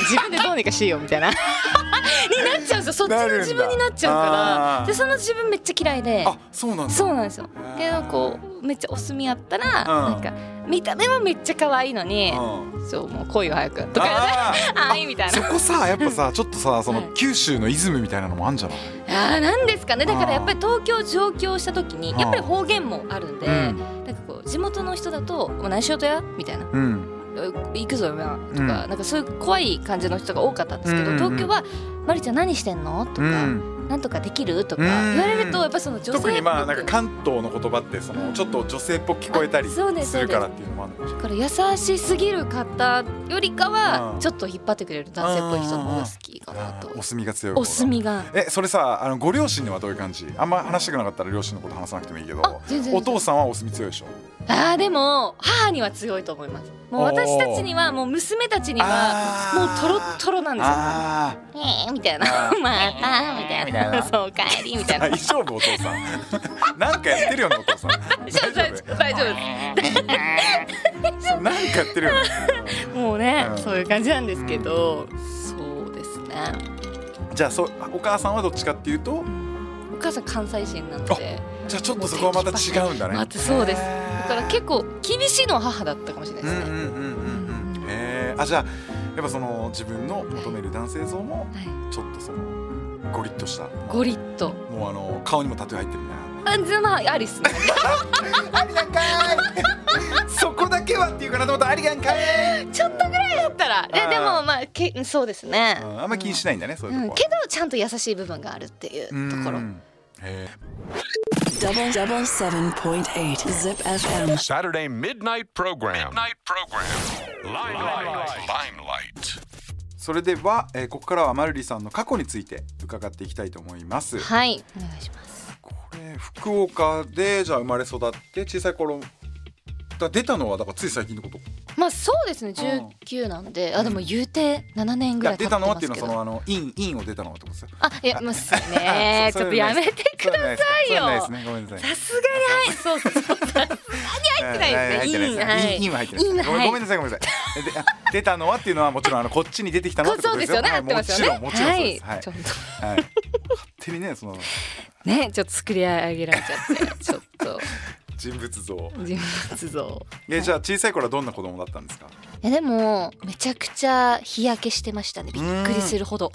[SPEAKER 2] 自分でどうにかしようみたいなになっちゃうんですよそっち
[SPEAKER 1] な
[SPEAKER 2] の
[SPEAKER 1] るんだ
[SPEAKER 2] 自分になっちゃうか
[SPEAKER 1] あー
[SPEAKER 2] らでその自分めっちゃ嫌いで
[SPEAKER 1] あそうなんだ
[SPEAKER 2] そうなんですよ
[SPEAKER 1] あー
[SPEAKER 2] けどこうめっちゃお墨やったら、
[SPEAKER 1] うん
[SPEAKER 2] なんか見た目はめっちゃ可愛いのに、
[SPEAKER 1] うん
[SPEAKER 2] そうもう恋を早くとか
[SPEAKER 1] あー
[SPEAKER 2] あいみ [laughs] たいな
[SPEAKER 1] そこさやっぱさちょっとさその
[SPEAKER 2] はい
[SPEAKER 1] 九州のイズムみたいなのもあんじゃない、
[SPEAKER 2] あーなんですかねだか
[SPEAKER 1] あー
[SPEAKER 2] らやっぱり東京上京した時に
[SPEAKER 1] あー
[SPEAKER 2] やっぱり方言もあるんで、
[SPEAKER 1] うん
[SPEAKER 2] なんかこう地元の人だと「もう何しようとや?」みたいな
[SPEAKER 1] うん、
[SPEAKER 2] 「え行くぞよ」とか、
[SPEAKER 1] うん
[SPEAKER 2] なんかそういう怖い感じの人が多かったんですけど、
[SPEAKER 1] うんうんうん
[SPEAKER 2] 東京は「まるちゃん何してんの?」とか、
[SPEAKER 1] うん
[SPEAKER 2] なんとかできる?」とか
[SPEAKER 1] うん
[SPEAKER 2] 言われるとやっぱその女性
[SPEAKER 1] 特にまあなんか
[SPEAKER 2] だ
[SPEAKER 1] 関東の言葉ってそのちょっと女性っぽく聞こえたり
[SPEAKER 2] あ
[SPEAKER 1] す
[SPEAKER 2] そうです
[SPEAKER 1] るからっていうのもあるのかし
[SPEAKER 2] から優しすぎる方よりか
[SPEAKER 1] う
[SPEAKER 2] は
[SPEAKER 1] ん
[SPEAKER 2] ちょっと引っ張ってくれる男性っぽい人の方が好きからな
[SPEAKER 1] な
[SPEAKER 2] と
[SPEAKER 1] お墨が強い方が
[SPEAKER 2] お墨が
[SPEAKER 1] えそれさあのご両親にはどういう感じあんま話したくなかったら両親のこと話さなくてもいいけど
[SPEAKER 2] あ全然
[SPEAKER 1] お父さんはお墨強いでしょ
[SPEAKER 2] あーでも母には強いと思いますもう
[SPEAKER 1] おー
[SPEAKER 2] 私たちにはもう娘たちにはもう
[SPEAKER 1] あー
[SPEAKER 2] トロットロなんです [laughs] よ
[SPEAKER 1] あ
[SPEAKER 2] 「えー」みたいな
[SPEAKER 1] あ
[SPEAKER 2] 「
[SPEAKER 1] ー
[SPEAKER 2] また」みたいな「 [laughs] そうおかえり」みた
[SPEAKER 1] ー
[SPEAKER 2] いな
[SPEAKER 1] 大丈夫お父さん [laughs] なんかやってるよねお父
[SPEAKER 2] [laughs]
[SPEAKER 1] さん
[SPEAKER 2] 大丈夫 [laughs] 大丈夫大丈夫
[SPEAKER 1] そうなんかやってるよね
[SPEAKER 2] ですもうね
[SPEAKER 1] うん
[SPEAKER 2] そういう感じなんですけどそうですね
[SPEAKER 1] じゃあそうお母さんはどっちかっていうと
[SPEAKER 2] お母さん関西人なので
[SPEAKER 1] じゃあちょっとそこはまた違うんだね
[SPEAKER 2] またそうですだから
[SPEAKER 1] 構
[SPEAKER 2] 結構厳しいのは母だったかもしれない
[SPEAKER 1] う
[SPEAKER 2] で
[SPEAKER 1] んうん
[SPEAKER 2] すね
[SPEAKER 1] うんうんうんへえあじゃあやっぱその自分の求める男性像も
[SPEAKER 2] は
[SPEAKER 1] ちょっとそのゴリッとした
[SPEAKER 2] いゴリッと
[SPEAKER 1] もうあの顔にもタトゥー入ってるみたいな
[SPEAKER 2] あずまあありっすね
[SPEAKER 1] ありがんかい [laughs] そこだけはっていうかなと思ったらありがんかい、
[SPEAKER 2] ちょっとぐらいだったらいやでもまあけそうですね
[SPEAKER 1] うん、あんま気にしないんだね、そう
[SPEAKER 2] う
[SPEAKER 1] いうんとこ
[SPEAKER 2] けどちゃんと優しい部分があるっていうところ
[SPEAKER 3] Double double seven point eight zip FM.
[SPEAKER 4] Saturday midnight program. Midnight program. Limelight. Limelight.
[SPEAKER 1] それでは、えーここからはマルリさんの過去について伺っていきたいと思います
[SPEAKER 2] はいお願いします
[SPEAKER 1] これ福岡でじゃあ生まれ育って小さい頃だ出たのはだからつい最近のこと
[SPEAKER 2] まあそうですね19なんであでも言うて7年ぐらい経
[SPEAKER 1] 出
[SPEAKER 2] って
[SPEAKER 1] たのは
[SPEAKER 2] ま
[SPEAKER 1] ってい
[SPEAKER 2] す
[SPEAKER 1] うの
[SPEAKER 2] け
[SPEAKER 1] はその
[SPEAKER 2] ど
[SPEAKER 1] あのインインを出たのはってことですよ
[SPEAKER 2] あいやもうっすね
[SPEAKER 1] [laughs] そ
[SPEAKER 2] ちょっ
[SPEAKER 1] う
[SPEAKER 2] とやめてくださ
[SPEAKER 1] ださ
[SPEAKER 2] いよ
[SPEAKER 1] そういうのないですねごめんなさい
[SPEAKER 2] さすがにそうそうそう
[SPEAKER 1] 入
[SPEAKER 2] ってないですね
[SPEAKER 1] 入ってないですねイ
[SPEAKER 2] イ
[SPEAKER 1] ン
[SPEAKER 2] ン
[SPEAKER 1] は
[SPEAKER 2] は
[SPEAKER 1] 入
[SPEAKER 2] い
[SPEAKER 1] ってないですね
[SPEAKER 2] インは
[SPEAKER 1] ごめんなさいごめんなさいであ出たのはっていうのはもちろんあのこっちに出てきたのはってこ
[SPEAKER 2] そ
[SPEAKER 1] と
[SPEAKER 2] う
[SPEAKER 1] で
[SPEAKER 2] ですす
[SPEAKER 1] よ
[SPEAKER 2] よね合
[SPEAKER 1] はい
[SPEAKER 2] ってますよね
[SPEAKER 1] もちろんもちろんそうですはい
[SPEAKER 2] ちょっ
[SPEAKER 1] はい勝手にねその
[SPEAKER 2] とねちょっと作り上げられちゃってちょっと
[SPEAKER 1] 人物像
[SPEAKER 2] 人物像
[SPEAKER 1] えじゃあ小さい頃はどんな子供だったんですか
[SPEAKER 2] いやでもめちゃくちゃ日焼けしてましたねびっくりするほど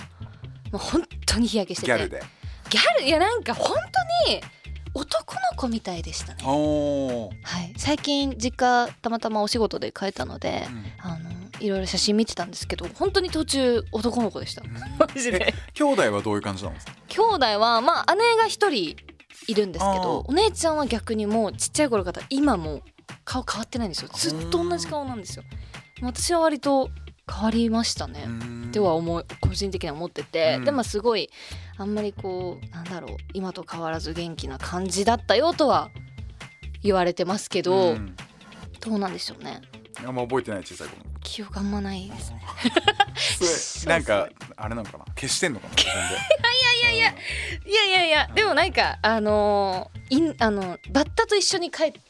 [SPEAKER 2] もう本当に日焼けしてて
[SPEAKER 1] ギャルで
[SPEAKER 2] ギャルいやなんか本当に男の子みたいでしたね
[SPEAKER 1] おー
[SPEAKER 2] はい最近実家たまたまお仕事で帰ったので、あのいろいろ写真見てたんですけど本当に途中男の子でした [laughs] マジで
[SPEAKER 1] 兄弟はどういう感じなんですか
[SPEAKER 2] 兄弟はまあ姉が一人いるんですけ
[SPEAKER 1] あ
[SPEAKER 2] ど
[SPEAKER 1] ー
[SPEAKER 2] お姉ちゃんは逆にもうちっちゃい頃から今も顔変わってないんですよずっと同じ顔なんですよ私は割と変わりましたね、では思い個人的には思ってて、
[SPEAKER 1] うん
[SPEAKER 2] でもすごいあんまりこうなんだろう今と変わらず元気な感じだったよとは言われてますけど、
[SPEAKER 1] うん
[SPEAKER 2] どうなんでしょうね
[SPEAKER 1] あんま覚えてない小さい頃
[SPEAKER 2] 記憶あんまないですね
[SPEAKER 1] それなんかあれなのかな消してんのかな自分でいやいやいや
[SPEAKER 2] いやいやいやでもなんかあのーいんあのバッタと一緒に帰って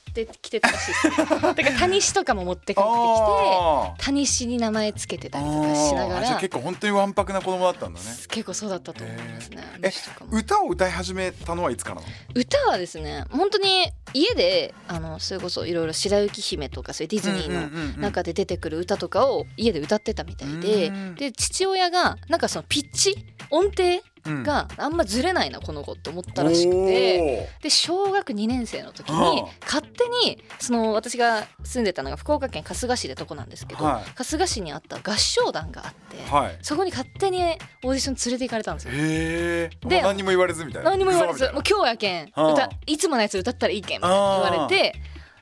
[SPEAKER 2] きてた
[SPEAKER 1] [laughs]
[SPEAKER 2] らしいですねだからタニシとかも持って帰ってきて
[SPEAKER 1] あー
[SPEAKER 2] タニシに名前つけてたりと
[SPEAKER 1] あ
[SPEAKER 2] かしなが
[SPEAKER 1] ーじゃあ
[SPEAKER 2] ら
[SPEAKER 1] 結構本当にわんぱくな子供だったんだね
[SPEAKER 2] 結構そうだったと思いますね
[SPEAKER 1] え
[SPEAKER 2] タニシとかも
[SPEAKER 1] 歌を歌い始めたのはいつからなの
[SPEAKER 2] 歌はですね本当に家であのそれこそいろいろ「白雪姫」とかそういうディズニーの中で出てくる歌とかを家で歌ってたみたいで、
[SPEAKER 1] うん
[SPEAKER 2] で父親がなんかそのピッチ音程
[SPEAKER 1] うん
[SPEAKER 2] があんまずれないなこの子って思ったらしくて。で小学2年生の時に
[SPEAKER 1] はあ
[SPEAKER 2] 勝手にその私が住んでたのが福岡県春日市でとこなんですけど、
[SPEAKER 1] はい
[SPEAKER 2] 春日市にあった合唱団があって、
[SPEAKER 1] おーはい
[SPEAKER 2] そこに勝手にオーディション連れて行かれたんですよ。
[SPEAKER 1] へえ
[SPEAKER 2] で
[SPEAKER 1] 何にも言われずみたいな
[SPEAKER 2] 何にも言われず「
[SPEAKER 1] 嘘
[SPEAKER 2] もう
[SPEAKER 1] み
[SPEAKER 2] 今日やけん
[SPEAKER 1] はあ
[SPEAKER 2] 歌いつものやつ歌ったらいいけん」みたいな言われて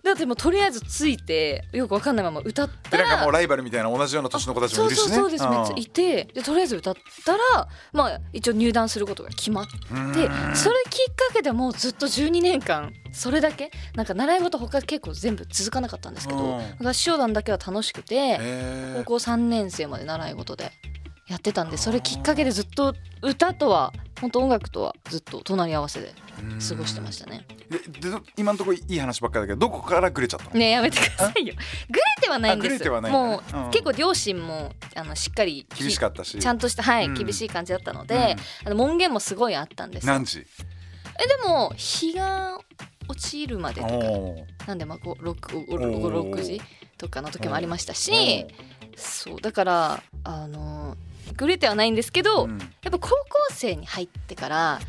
[SPEAKER 2] だってもうとりあえずついてよくわかんないまま歌ったた
[SPEAKER 1] いなでなん
[SPEAKER 2] ら
[SPEAKER 1] かもうライバルみたいな同じような年の子たち
[SPEAKER 2] そ
[SPEAKER 1] もいうる
[SPEAKER 2] そ
[SPEAKER 1] し
[SPEAKER 2] う
[SPEAKER 1] ね
[SPEAKER 2] そうですめっちゃ
[SPEAKER 1] うん
[SPEAKER 2] いてでとりあえず歌ったらまあ一応入団することが決まってそれきっかけでもうずっと12年間それだけなんか習い事他結構全部続かなかったんですけど合唱団だけは楽しくて
[SPEAKER 1] へー
[SPEAKER 2] 高校3年生まで習い事でやってたんでそれきっかけでずっと歌とは本当音楽とはずっと隣り合わせで過ごしてましたね。
[SPEAKER 1] ででど今のところいい話ばっかりだけどどこからグレちゃったの
[SPEAKER 2] ねえやめてくださいよ。グレてはないんで
[SPEAKER 1] あグレ
[SPEAKER 2] す。
[SPEAKER 1] てはないんだね
[SPEAKER 2] もう、
[SPEAKER 1] うん
[SPEAKER 2] 結構両親もあのしっかり
[SPEAKER 1] 厳しかったし
[SPEAKER 2] ちゃんとしたはい、
[SPEAKER 1] うん
[SPEAKER 2] 厳しい感じだったので、あの門限もすごいあったんですよ。
[SPEAKER 1] 何時
[SPEAKER 2] えでも日が落ちるまでとか
[SPEAKER 1] おー
[SPEAKER 2] なんでまあこう六五
[SPEAKER 1] おー
[SPEAKER 2] 五六時とかの時もありました
[SPEAKER 1] うん
[SPEAKER 2] し、そうだからあのグレてはないんですけど、
[SPEAKER 1] うん
[SPEAKER 2] やっぱ高校生に入ってから。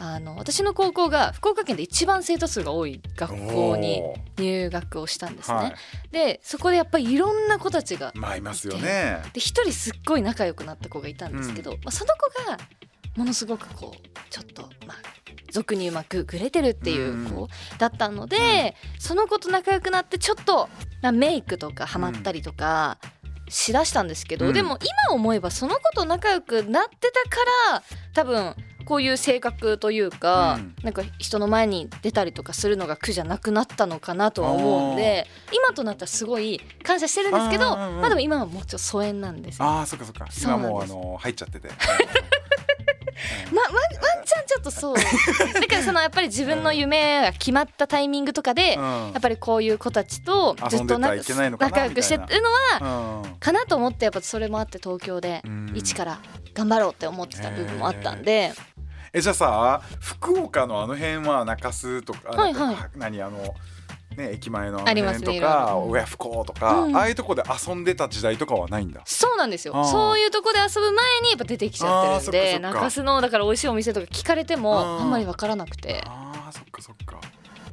[SPEAKER 2] あの私の高校が福岡県で一番生徒数が多い学校に
[SPEAKER 1] おー
[SPEAKER 2] 入学をしたんですね。
[SPEAKER 1] はい
[SPEAKER 2] でそこでやっぱりいろんな子たちが
[SPEAKER 1] まあいますよね
[SPEAKER 2] で一人すっごい仲良くなった子がいたんですけど、まあ、その子がものすごくこうちょっとまあ俗に言うまあググレてるっていう
[SPEAKER 1] う
[SPEAKER 2] 子だったので、その子と仲良くなってちょっと、まあ、メイクとかハマったりとか。しだしたんですけど、
[SPEAKER 1] うん
[SPEAKER 2] でも今思えばその子と仲良くなってたから多分こういう性格というか、
[SPEAKER 1] うん
[SPEAKER 2] なんか人の前に出たりとかするのが苦じゃなくなったのかなとは思うんで今となったらすごい感謝してるんですけど、
[SPEAKER 1] あーうんうん
[SPEAKER 2] まあでも今はもうちょっと疎遠なんですよ
[SPEAKER 1] ああそっかそっか
[SPEAKER 2] そうな
[SPEAKER 1] 今
[SPEAKER 2] んです
[SPEAKER 1] もうあの入っちゃってて
[SPEAKER 2] ま、ワンワンチャンちょっとそう
[SPEAKER 1] [laughs]
[SPEAKER 2] だからそのやっぱり自分の夢が決まったタイミングとかで、
[SPEAKER 1] うん
[SPEAKER 2] やっぱりこういう子たちとずっとな
[SPEAKER 1] 遊んでたらいけないのかな
[SPEAKER 2] 仲良くしてってるのは
[SPEAKER 1] うん
[SPEAKER 2] かなと思ってやっぱそれもあって東京で
[SPEAKER 1] うん
[SPEAKER 2] 一から頑張ろうって思ってた部分もあったんで、
[SPEAKER 1] えじゃあさ福岡のあの辺は中洲とか、
[SPEAKER 2] はいはい
[SPEAKER 1] なんか何あのね駅前のあ
[SPEAKER 2] あり
[SPEAKER 1] の
[SPEAKER 2] ます
[SPEAKER 1] 辺
[SPEAKER 2] ね
[SPEAKER 1] と
[SPEAKER 2] いろい
[SPEAKER 1] か
[SPEAKER 2] ろうん
[SPEAKER 1] 親不孝とか、
[SPEAKER 2] うん
[SPEAKER 1] ああいうとこで遊んでた時代とかはないんだ。
[SPEAKER 2] そうなんですよ
[SPEAKER 1] あー
[SPEAKER 2] そういうとこで遊ぶ前にやっぱ出てきちゃってるん
[SPEAKER 1] あーそ
[SPEAKER 2] で
[SPEAKER 1] っかそっか
[SPEAKER 2] 中洲のだから美味しいお店とか聞かれても
[SPEAKER 1] あー
[SPEAKER 2] あんまり分からなくて。
[SPEAKER 1] あーそっかそっか。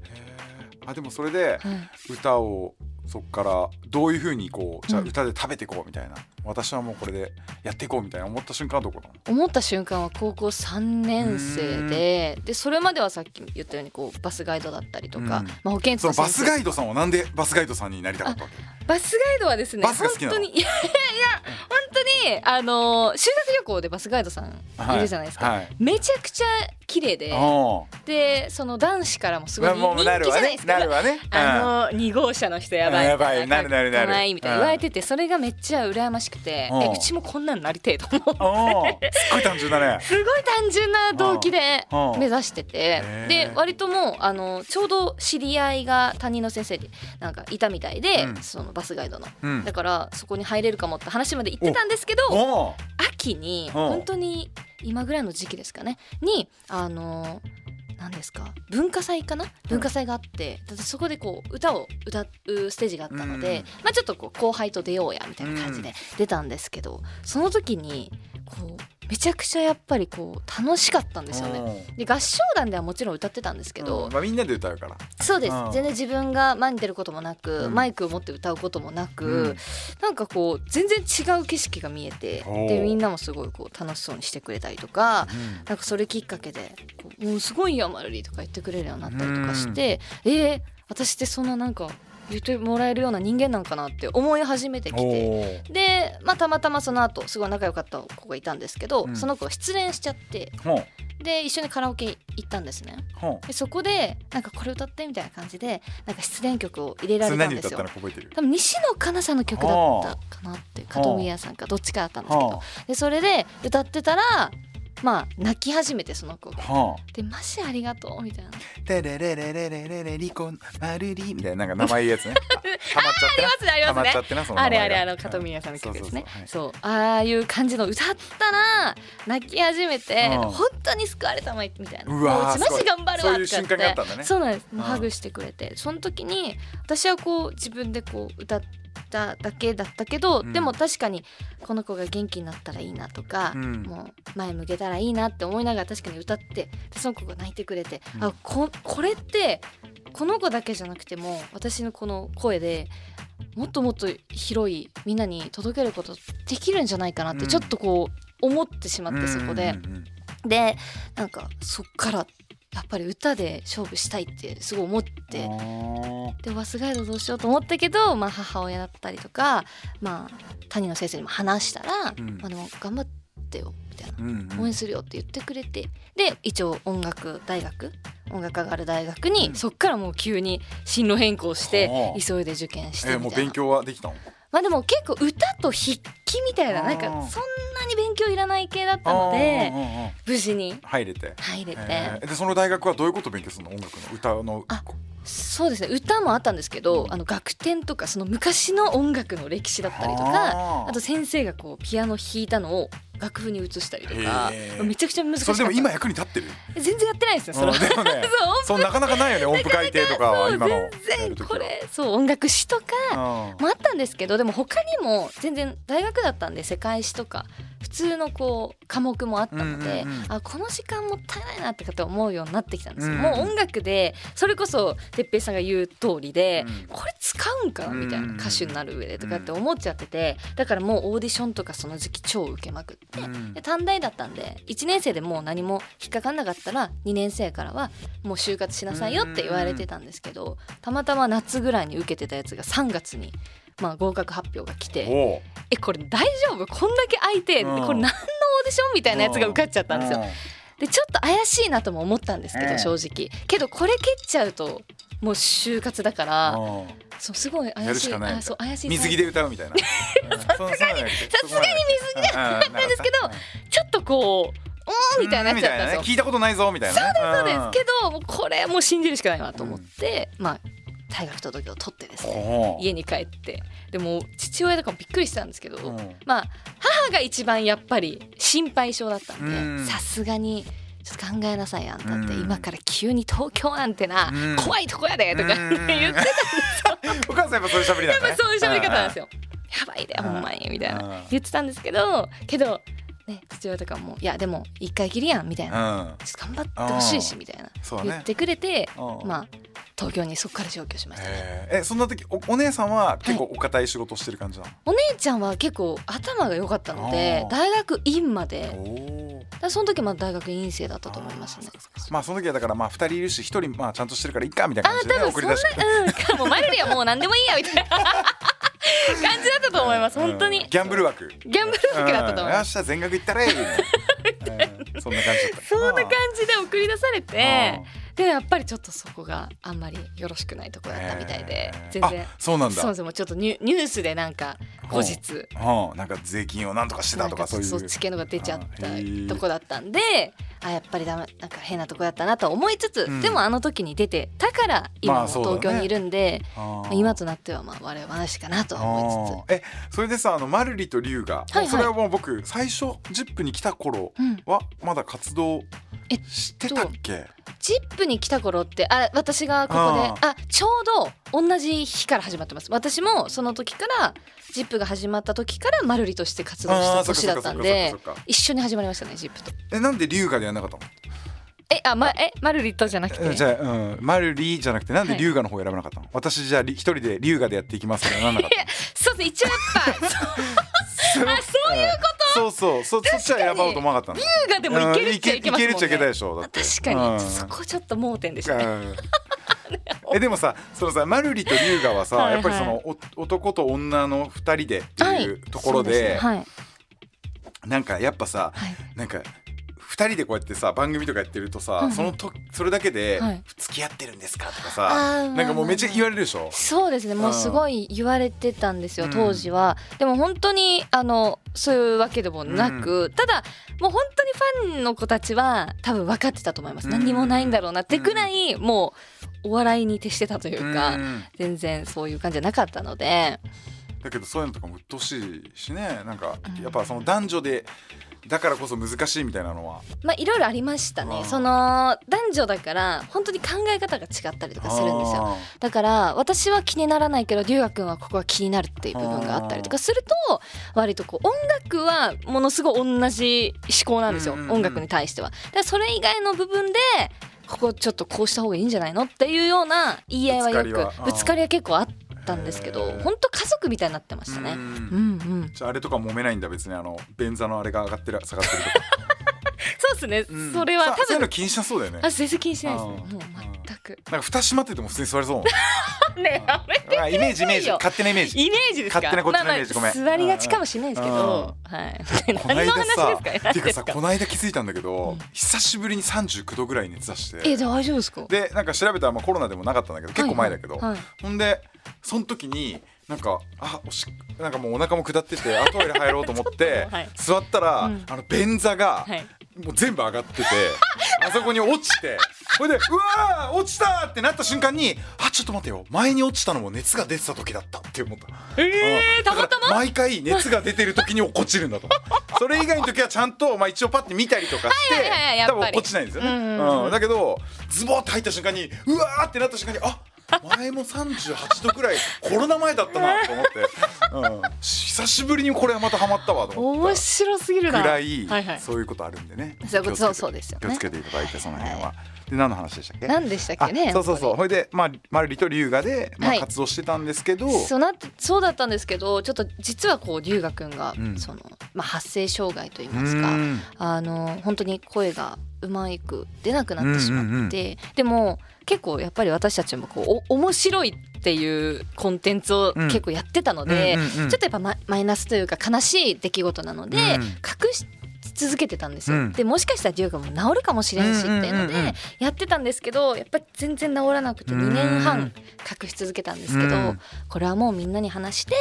[SPEAKER 1] へーあでもそれで
[SPEAKER 2] はい
[SPEAKER 1] 歌をそっからどういうふうにこうじゃあ
[SPEAKER 2] うん
[SPEAKER 1] 歌で食べていこうみたいな、私はもうこれでやっていこうみたいな思った瞬間はどこなの
[SPEAKER 2] 思った瞬間は高校3年生ででそれまではさっき言ったようにこうバスガイドだったりとか、
[SPEAKER 1] うん
[SPEAKER 2] まあ、保健室
[SPEAKER 1] そ
[SPEAKER 2] の
[SPEAKER 1] のバスガ
[SPEAKER 2] イ
[SPEAKER 1] イドさんはなんでバスガイドさんになりたかったわけ
[SPEAKER 2] バスガイドはですね
[SPEAKER 1] バスが好きなの
[SPEAKER 2] 本当にい [laughs] やいや本当にあのー修学旅行でバスガイドさん
[SPEAKER 1] はい
[SPEAKER 2] いるじゃないですか、
[SPEAKER 1] はい
[SPEAKER 2] めちゃくちゃ綺麗で
[SPEAKER 1] あ
[SPEAKER 2] でその男子からもすごい
[SPEAKER 1] あ
[SPEAKER 2] 人
[SPEAKER 1] も
[SPEAKER 2] 気
[SPEAKER 1] う
[SPEAKER 2] じ
[SPEAKER 1] な
[SPEAKER 2] ゃ
[SPEAKER 1] るわ
[SPEAKER 2] ない
[SPEAKER 1] ね
[SPEAKER 2] ですか、
[SPEAKER 1] なるわね、うん
[SPEAKER 2] あの2号車の人やばい
[SPEAKER 1] やばい
[SPEAKER 2] みた
[SPEAKER 1] なるなるなる
[SPEAKER 2] 可愛いみたいな
[SPEAKER 1] うん
[SPEAKER 2] 言われててそれがめっちゃ羨ましくて
[SPEAKER 1] うん
[SPEAKER 2] えうちもこんなんなりてえと思う
[SPEAKER 1] おーすっごい単純だね。
[SPEAKER 2] すごい単純な動機で
[SPEAKER 1] うんうん
[SPEAKER 2] 目指してて
[SPEAKER 1] へー
[SPEAKER 2] で割ともうあのちょうど知り合いが担任の先生になんかいたみたいで、
[SPEAKER 1] うん
[SPEAKER 2] そのバスガイドの、
[SPEAKER 1] うん
[SPEAKER 2] だからそこに入れるかもって話まで言ってたんですけど
[SPEAKER 1] おお
[SPEAKER 2] 秋に
[SPEAKER 1] ん
[SPEAKER 2] 本当に今ぐらいの時期ですかねにあの何ですか文化祭かな文化祭があって、だってそこでこう歌を歌うステージがあったので、
[SPEAKER 1] うん
[SPEAKER 2] まあ、ちょっとこう後輩と出ようやみたいな感じで出たんですけど、その時にこうめちゃくちゃやっぱりこう楽しかったんですよね。
[SPEAKER 1] ね。
[SPEAKER 2] で合唱団ではもちろん歌ってたんですけど、
[SPEAKER 1] うんまあ、みんなで歌うから。
[SPEAKER 2] そうです
[SPEAKER 1] うん
[SPEAKER 2] 全然自分が前に出ることもなく、
[SPEAKER 1] うん
[SPEAKER 2] マイクを持って歌うこともなく、
[SPEAKER 1] うん
[SPEAKER 2] なんかこう全然違う景色が見えて
[SPEAKER 1] おー
[SPEAKER 2] でみんなもすごいこう楽しそうにしてくれたりとか。なんかそれきっかけでこう「もうすごいよマルリ」とか言ってくれるようになったりとかして、えー私ってそんななんか言ってもらえるような人間なんかなって思い始めてきて
[SPEAKER 1] おー
[SPEAKER 2] で、まあ、たまたまその後すごい仲良かった子がいたんですけど、
[SPEAKER 1] うん
[SPEAKER 2] その子が失恋しちゃって
[SPEAKER 1] ほん
[SPEAKER 2] で一緒にカラオケ行ったんですね
[SPEAKER 1] ほん。
[SPEAKER 2] でそこでなんかこれ歌ってみたいな感じでなんか失恋曲を入れられ
[SPEAKER 1] それ
[SPEAKER 2] たん
[SPEAKER 1] 何
[SPEAKER 2] で
[SPEAKER 1] 歌っ
[SPEAKER 2] す
[SPEAKER 1] た
[SPEAKER 2] よ
[SPEAKER 1] のか覚えてる。
[SPEAKER 2] 多分西野カナさんの曲だったかなって加藤美也さんかどっちかだったんですけど
[SPEAKER 1] は
[SPEAKER 2] でそれで歌ってたらまあ泣き始めてその子
[SPEAKER 1] あ。
[SPEAKER 2] が。
[SPEAKER 1] は
[SPEAKER 2] でマジありがとうみたいな。
[SPEAKER 1] あ。てれれれれれれれリコまるりみたいななんか名前いいや [laughs] つね。あはまっちゃってな。
[SPEAKER 2] あり
[SPEAKER 1] は
[SPEAKER 2] ま
[SPEAKER 1] まっ
[SPEAKER 2] す
[SPEAKER 1] ちゃ
[SPEAKER 2] ね。
[SPEAKER 1] ってなその
[SPEAKER 2] あ
[SPEAKER 1] 名
[SPEAKER 2] れ
[SPEAKER 1] 前が。
[SPEAKER 2] あれあの加藤美也さんの曲ですね
[SPEAKER 1] うん。
[SPEAKER 2] そうああいう感じの歌ったら泣き始めて
[SPEAKER 1] うん
[SPEAKER 2] 本当に救われたまえみたいな。
[SPEAKER 1] うわー
[SPEAKER 2] おうちマジ頑張るわって
[SPEAKER 1] すごいそういう瞬間があったんだね
[SPEAKER 2] そうなんです。
[SPEAKER 1] ん
[SPEAKER 2] ハグしてくれてその時に私はこう自分でこう歌って。ただけだったけど、
[SPEAKER 1] うん
[SPEAKER 2] でも確かにこの子が元気になったらいいなとか、
[SPEAKER 1] うん
[SPEAKER 2] もう前向けたらいいなって思いながら確かに歌ってでその子が泣いてくれて、
[SPEAKER 1] うん
[SPEAKER 2] あここれってこの子だけじゃなくても私のこの声でもっともっと広いみんなに届けることできるんじゃないかなっ
[SPEAKER 1] う
[SPEAKER 2] て
[SPEAKER 1] ん
[SPEAKER 2] ちょっとこう思ってしまって、
[SPEAKER 1] うん
[SPEAKER 2] そこで。
[SPEAKER 1] うんうん
[SPEAKER 2] でなんかそっからやっぱり歌で勝負したいってすごい思って
[SPEAKER 1] あ
[SPEAKER 2] でバスガイドどうしようと思ったけど、まあ、母親だったりとか、まあ、谷野先生にも話したら「
[SPEAKER 1] うん
[SPEAKER 2] まあ、でも頑張ってよ」みたいな
[SPEAKER 1] ーうんうん
[SPEAKER 2] 「応援するよ」って言ってくれてで一応音楽大学音楽科がある大学に、
[SPEAKER 1] うん
[SPEAKER 2] そっからもう急に進路変更して、
[SPEAKER 1] はあ
[SPEAKER 2] 急いで受験してみたい
[SPEAKER 1] え
[SPEAKER 2] な、
[SPEAKER 1] ーもう勉強はできたの
[SPEAKER 2] まあでも結構歌と筆記みたいななんか
[SPEAKER 1] あー
[SPEAKER 2] そんなに勉強いらない系だったので
[SPEAKER 1] あーうんうんうん
[SPEAKER 2] 無事に
[SPEAKER 1] 入れて
[SPEAKER 2] 入れて。
[SPEAKER 1] えーでその大学はどういうことを勉強するの音楽の歌の
[SPEAKER 2] あそうですね歌もあったんですけどあの楽天とかその昔の音楽の歴史だったりとか
[SPEAKER 1] あー
[SPEAKER 2] あと先生がこうピアノ弾いたのを楽譜に移したりとか
[SPEAKER 1] へー
[SPEAKER 2] めちゃくちゃ難し
[SPEAKER 1] そ
[SPEAKER 2] か
[SPEAKER 1] れ
[SPEAKER 2] った
[SPEAKER 1] でも今役に立ってる
[SPEAKER 2] 全然やってないですねそれ
[SPEAKER 1] うん
[SPEAKER 2] [laughs] は
[SPEAKER 1] でもね [laughs] そうなかなかないよね音符改定とかは
[SPEAKER 2] そう
[SPEAKER 1] 今のや
[SPEAKER 2] 全
[SPEAKER 1] る
[SPEAKER 2] 然
[SPEAKER 1] 時は
[SPEAKER 2] これそう音楽史と
[SPEAKER 1] う
[SPEAKER 2] か
[SPEAKER 1] ん
[SPEAKER 2] もあったんですけどでも他にも全然大学だったんで世界史とか普通のこう科目もあったので、
[SPEAKER 1] うんうんうん
[SPEAKER 2] あこの時間もったいないなってかと思うようになってきたんですよ、
[SPEAKER 1] うん
[SPEAKER 2] もう音楽でそれこそ哲平さんが言う通りで、
[SPEAKER 1] うん
[SPEAKER 2] これ使うんかなみたい
[SPEAKER 1] うんうん
[SPEAKER 2] な
[SPEAKER 1] うん
[SPEAKER 2] 歌手になる上でとかって思っちゃっててだからもうオーディションとかその時期超受けまくって、
[SPEAKER 1] うん
[SPEAKER 2] で短大だったんで1年生でもう何も引っかかんなかったら2年生からはもう就活しなさいよって言われてたんですけどたまたま夏ぐらいに受けてたやつが3月に、まあ、合格発表が来て
[SPEAKER 1] おう
[SPEAKER 2] えこれ大丈夫こんだけ空いて
[SPEAKER 1] う
[SPEAKER 2] これ何のオー
[SPEAKER 1] ん
[SPEAKER 2] ディションみたいなやつが受かっちゃったんですよ。でちょっと怪しいなとも思ったんですけ
[SPEAKER 1] ええ
[SPEAKER 2] ど正直けどこれ蹴っちゃうともう就活だか
[SPEAKER 1] うん
[SPEAKER 2] ら
[SPEAKER 1] うん
[SPEAKER 2] そうすごい
[SPEAKER 1] や
[SPEAKER 2] 怪し
[SPEAKER 1] るし
[SPEAKER 2] い
[SPEAKER 1] かない
[SPEAKER 2] あそう怪しい
[SPEAKER 1] 水着で歌うみたいな
[SPEAKER 2] [laughs] さす
[SPEAKER 1] さすがにさ
[SPEAKER 2] がに水着で
[SPEAKER 1] なん
[SPEAKER 2] なんですけどちょっとこう「おー」みたいなやつだったんですよ。
[SPEAKER 1] 聞いたことないぞみたいな
[SPEAKER 2] そうで
[SPEAKER 1] ね
[SPEAKER 2] すけどもうこれもう信じるしかないわと思って、まあ退学届を取ってですね
[SPEAKER 1] おう
[SPEAKER 2] 家に帰ってでも父親とかもびっくりしたんですけど、
[SPEAKER 1] うん
[SPEAKER 2] まあ母が一番やっぱり心配性だったん
[SPEAKER 1] うん
[SPEAKER 2] でさすがに。ちょっと考えなさいよあんたって、
[SPEAKER 1] うん
[SPEAKER 2] 今から急に東京なんてな、
[SPEAKER 1] うん
[SPEAKER 2] 怖いとこやでとか言っ
[SPEAKER 1] う
[SPEAKER 2] て
[SPEAKER 1] ん
[SPEAKER 2] たんですよ
[SPEAKER 1] お母さんやっぱそういう喋りだ
[SPEAKER 2] やっ
[SPEAKER 1] ね
[SPEAKER 2] ぱそういう喋り方なんですよ。やばいで
[SPEAKER 1] うん
[SPEAKER 2] ほんまにみたいな
[SPEAKER 1] うん
[SPEAKER 2] 言ってたんですけどけど、ね、父親とかも「いやでも一回きりやん」みたいな
[SPEAKER 1] うん
[SPEAKER 2] ちょっと頑張ってほしいし
[SPEAKER 1] うん
[SPEAKER 2] みたいな
[SPEAKER 1] そうだね
[SPEAKER 2] 言ってくれて、
[SPEAKER 1] うん
[SPEAKER 2] まあ東京にそこから上京しましたね。
[SPEAKER 1] へーえそんな時おお姉さんは結構お堅い仕事してる感じなの
[SPEAKER 2] お姉ちゃんは結構頭が良かったの
[SPEAKER 1] あ
[SPEAKER 2] で
[SPEAKER 1] ー
[SPEAKER 2] 大学院までだか
[SPEAKER 1] おー
[SPEAKER 2] らその時まだ大学院生だったと思いますね。
[SPEAKER 1] まあその時はだからまあ二人いるし一人まあちゃんとしてるからいいかみたいな
[SPEAKER 2] あ
[SPEAKER 1] 感
[SPEAKER 2] ー
[SPEAKER 1] じで、ね、
[SPEAKER 2] 多分そ
[SPEAKER 1] 送り
[SPEAKER 2] んな
[SPEAKER 1] 出して
[SPEAKER 2] うんかもうマルリはもう何でもいいやみたい
[SPEAKER 1] [laughs]
[SPEAKER 2] な感じだったと思います本当
[SPEAKER 1] うん
[SPEAKER 2] に
[SPEAKER 1] ギャンブル枠ギ
[SPEAKER 2] ギャンブル服だったと思い
[SPEAKER 1] よ
[SPEAKER 2] ま
[SPEAKER 1] っ
[SPEAKER 2] す。
[SPEAKER 1] しゃ全額いったれみた
[SPEAKER 2] [laughs]
[SPEAKER 1] いなうんそんな感じだった
[SPEAKER 2] そんな感じで送り出されて
[SPEAKER 1] あ
[SPEAKER 2] でもやっぱりちょっとそこがあんまりよろしくないとこだったみたいで
[SPEAKER 1] へー
[SPEAKER 2] 全然
[SPEAKER 1] あそうなんだ
[SPEAKER 2] そうですもうちょっとニュニュースでなんか後日
[SPEAKER 1] うんなんか税金をなんとかしてたとかそういう
[SPEAKER 2] なんかちょっとそっち系のが出ちゃっ
[SPEAKER 1] あへー
[SPEAKER 2] たとこだったんであやっぱりダメなんか変なとこだったなと思いつつ、
[SPEAKER 1] うん
[SPEAKER 2] でもあの時に出てたから今
[SPEAKER 1] まあ
[SPEAKER 2] も
[SPEAKER 1] そうだね
[SPEAKER 2] 東京にいるんで、
[SPEAKER 1] あ
[SPEAKER 2] ま
[SPEAKER 1] ー
[SPEAKER 2] あ今となってはまあ我話かなとは思いつ
[SPEAKER 1] あーえそれでさあのマルリとリュウが、
[SPEAKER 2] はいはい
[SPEAKER 1] それはもう僕最初「ジップに来た頃
[SPEAKER 2] うん
[SPEAKER 1] はまだ活動
[SPEAKER 2] えっと
[SPEAKER 1] してたっけ、
[SPEAKER 2] つジップに来た頃ってあ私がここで
[SPEAKER 1] あ
[SPEAKER 2] あちょうど同じ日から始まってます私もその時からジップが始まった時からマルリとして活動し
[SPEAKER 1] あー
[SPEAKER 2] た
[SPEAKER 1] そっ
[SPEAKER 2] 年
[SPEAKER 1] かそっ
[SPEAKER 2] だ
[SPEAKER 1] か
[SPEAKER 2] ったん
[SPEAKER 1] そ
[SPEAKER 2] で
[SPEAKER 1] っかそっか
[SPEAKER 2] 一緒に始まりましたねジップと
[SPEAKER 1] えなんでリュウがでやんなかったの
[SPEAKER 2] えあ、ま、えマルリとじゃなくて
[SPEAKER 1] えじゃあ、うん、マルリじゃなくてなんで
[SPEAKER 2] はい
[SPEAKER 1] 龍河の方選ばなかったの、私じゃあり一人で龍河でやっていきますからなんなかった
[SPEAKER 2] そうです一応やっぱ
[SPEAKER 1] そうあ
[SPEAKER 2] [laughs]
[SPEAKER 1] そういうこと、そうそうそそっちは選ばおうと思わなかったの
[SPEAKER 2] がでもいけるっちゃ
[SPEAKER 1] うん
[SPEAKER 2] いけますもんね
[SPEAKER 1] いけるっちゃいけたでしょだって
[SPEAKER 2] 確かに、
[SPEAKER 1] うん
[SPEAKER 2] そこちょっと盲点でした
[SPEAKER 1] う
[SPEAKER 2] ね、
[SPEAKER 1] んえでもさそのさマルリと龍河はさ
[SPEAKER 2] はい
[SPEAKER 1] やっぱりそのお男と女の二人でって
[SPEAKER 2] はい
[SPEAKER 1] いうところ
[SPEAKER 2] そう
[SPEAKER 1] で、
[SPEAKER 2] すねはい
[SPEAKER 1] なんかやっぱさ、
[SPEAKER 2] はい
[SPEAKER 1] なんか二人でこうやってさ番組とかやってるとさ、
[SPEAKER 2] うん
[SPEAKER 1] そのとそれだけで、
[SPEAKER 2] はい
[SPEAKER 1] 付き合ってるんですかとか
[SPEAKER 2] あ
[SPEAKER 1] さ
[SPEAKER 2] ー
[SPEAKER 1] なんかもうめっちゃ言われるでしょ、
[SPEAKER 2] そうですねもうすごい言われてたんですよ
[SPEAKER 1] うん
[SPEAKER 2] 当時は、でも本当にあのそういうわけでもなく、ただもう本当にファンの子たちは多分分かってたと思います、
[SPEAKER 1] うん
[SPEAKER 2] 何もないんだろうなってくらい、もうお笑いに徹してたというか、
[SPEAKER 1] うん
[SPEAKER 2] 全然そういう感じじゃなかったので
[SPEAKER 1] だけどそういうのとかも鬱陶しいしねなんかやっぱその男女でだからこそ難しいみたいなのは
[SPEAKER 2] まあいろいろありました
[SPEAKER 1] あ
[SPEAKER 2] ね
[SPEAKER 1] ー
[SPEAKER 2] その男女だから本当に考え方が違ったりとかするんですよだから私は気にならないけど龍我くんはここは気になるっていう部分があったりとかすると割とこう音楽はものすごい同じ思考なんですよ、
[SPEAKER 1] うんうんうん
[SPEAKER 2] 音楽に対してはだからそれ以外の部分でここちょっとこうした方がいいんじゃないのっていうような言い合いはよく
[SPEAKER 1] ぶ
[SPEAKER 2] ぶ
[SPEAKER 1] つかりは
[SPEAKER 2] つ
[SPEAKER 1] あ
[SPEAKER 2] かりは
[SPEAKER 1] ー
[SPEAKER 2] 結構あったんですけ
[SPEAKER 1] へ
[SPEAKER 2] ど
[SPEAKER 1] ー
[SPEAKER 2] 本当家族みたいになってま
[SPEAKER 1] あ
[SPEAKER 2] し
[SPEAKER 1] ー
[SPEAKER 2] た
[SPEAKER 1] う
[SPEAKER 2] ねうん
[SPEAKER 1] ん
[SPEAKER 2] うん
[SPEAKER 1] じゃああれとか揉めないんだ別にあの便座のあれが上がってる下がってるとか、
[SPEAKER 2] そうですね、
[SPEAKER 1] うん
[SPEAKER 2] それは
[SPEAKER 1] さそうい
[SPEAKER 2] 多
[SPEAKER 1] うの
[SPEAKER 2] 分
[SPEAKER 1] 気にしなそうだよね
[SPEAKER 2] あ全然気にしないですね
[SPEAKER 1] あー
[SPEAKER 2] もう全く
[SPEAKER 1] なんか蓋閉まってても普通に座
[SPEAKER 2] [laughs]
[SPEAKER 1] れそうもん
[SPEAKER 2] ねやめ
[SPEAKER 1] あイメージイメージ
[SPEAKER 2] よ
[SPEAKER 1] 勝手なイメージ
[SPEAKER 2] イメージですか
[SPEAKER 1] 勝手なこっちのイメージ
[SPEAKER 2] まあまあ
[SPEAKER 1] ごめん
[SPEAKER 2] 座りがちかもしれないですけど、はい。何の話です
[SPEAKER 1] さ
[SPEAKER 2] か
[SPEAKER 1] て
[SPEAKER 2] [laughs] 何
[SPEAKER 1] いうかさ
[SPEAKER 2] ですか
[SPEAKER 1] この間気づいたんだけど、久しぶりに39度ぐらい熱出して
[SPEAKER 2] え大丈夫ですか
[SPEAKER 1] でなんか調べたらまあコロナでもなかったんだけど結構前だけど、
[SPEAKER 2] はいはいはい
[SPEAKER 1] ほんでその時になんかあおしなんかもうお腹も下っててあトイレ入ろうと思って、
[SPEAKER 2] [laughs] はい
[SPEAKER 1] 座ったら、
[SPEAKER 2] ん
[SPEAKER 1] あの便座が、
[SPEAKER 2] はい
[SPEAKER 1] もう全部上がって
[SPEAKER 2] [laughs]
[SPEAKER 1] てあそこに落ちてほいでうわー落ちたってなった瞬間にあちょっと待てよ前に落ちたのも熱が出てた時だったって思った。
[SPEAKER 2] え
[SPEAKER 1] う
[SPEAKER 2] ー、
[SPEAKER 1] ん
[SPEAKER 2] たまた
[SPEAKER 1] だから毎回熱が出てる時に落っこち
[SPEAKER 2] [laughs]
[SPEAKER 1] るんだとそれ以外の時はちゃんと、まあ、一応パッて見たりとかして、
[SPEAKER 2] はいはいはいやっ
[SPEAKER 1] 多
[SPEAKER 2] ぱり
[SPEAKER 1] 分落っこちないんですよね、
[SPEAKER 2] うんうんうん
[SPEAKER 1] だけどズボッて入った瞬間にうわーってなった瞬間にあ前も38度くらいコロナ前だったなと思って、うん、久しぶりにこれはまたハマったわと思っ
[SPEAKER 2] 面
[SPEAKER 1] た
[SPEAKER 2] 白すぎる
[SPEAKER 1] ぐ
[SPEAKER 2] な。
[SPEAKER 1] らい、
[SPEAKER 2] はいはい。
[SPEAKER 1] そういうことあるんでね
[SPEAKER 2] そういうこと
[SPEAKER 1] 気をつけて
[SPEAKER 2] そうですよね
[SPEAKER 1] 気をつけていただいてその辺は、で何の話でしたっけ
[SPEAKER 2] 何でしたっけね。
[SPEAKER 1] あそうそうそう
[SPEAKER 2] やっぱ
[SPEAKER 1] ほいで、まあ、マルリと龍河で、まあ
[SPEAKER 2] はい
[SPEAKER 1] 活動してたんですけど、
[SPEAKER 2] り。そうなってそうだったんですけどちょっと実はこう龍我くんが、
[SPEAKER 1] うん
[SPEAKER 2] そのまあ発声障害といいうますか、
[SPEAKER 1] ん
[SPEAKER 2] あの本当に声がうまく出なくなってしまって、
[SPEAKER 1] うんうんうん
[SPEAKER 2] でも結構やっぱり私たちもこうお面白いっていうコンテンツを結構やってたので、
[SPEAKER 1] うんうんうん
[SPEAKER 2] ちょっとやっぱママイナスというか悲しい出来事なので、
[SPEAKER 1] うん
[SPEAKER 2] 隠し続けてたんですよ、
[SPEAKER 1] うん
[SPEAKER 2] でもしかしたらデューがもう治るかもしれんしっていうの
[SPEAKER 1] うんうんうんうん
[SPEAKER 2] でやってたんですけどやっぱり全然治らなくて2年半隠し続けたんですけど、
[SPEAKER 1] うん
[SPEAKER 2] これはもうみんなに話して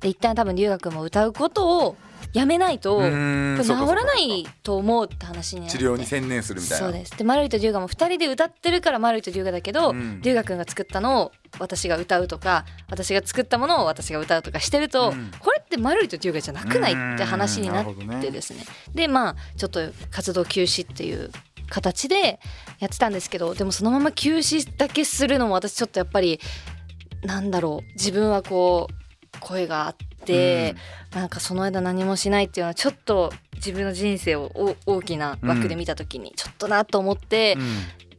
[SPEAKER 2] で一旦多分龍河君も歌うことをやめないと、
[SPEAKER 1] うん
[SPEAKER 2] これ治
[SPEAKER 1] そうかそうから
[SPEAKER 2] ないと思うって話になって
[SPEAKER 1] 治療に専念するみたいな
[SPEAKER 2] そうですでマルイと龍河も2人で歌ってるからマルイと龍河だけど、
[SPEAKER 1] うん
[SPEAKER 2] 龍河くんが作ったのを私が歌うとか私が作ったものを私が歌うとかしてると、
[SPEAKER 1] うん
[SPEAKER 2] これってマルイと龍河じゃなくないって話にな
[SPEAKER 1] うんなるほ
[SPEAKER 2] っ
[SPEAKER 1] どね
[SPEAKER 2] てですねでまあちょっと活動休止っていう形でやってたんですけどでもそのまま休止だけするのも私ちょっとやっぱりなんだろう自分はこう声があって、なんかその間何もしないっていうのはちょっと自分の人生をお大きな枠で見た時にちょっとなと思って、
[SPEAKER 1] うん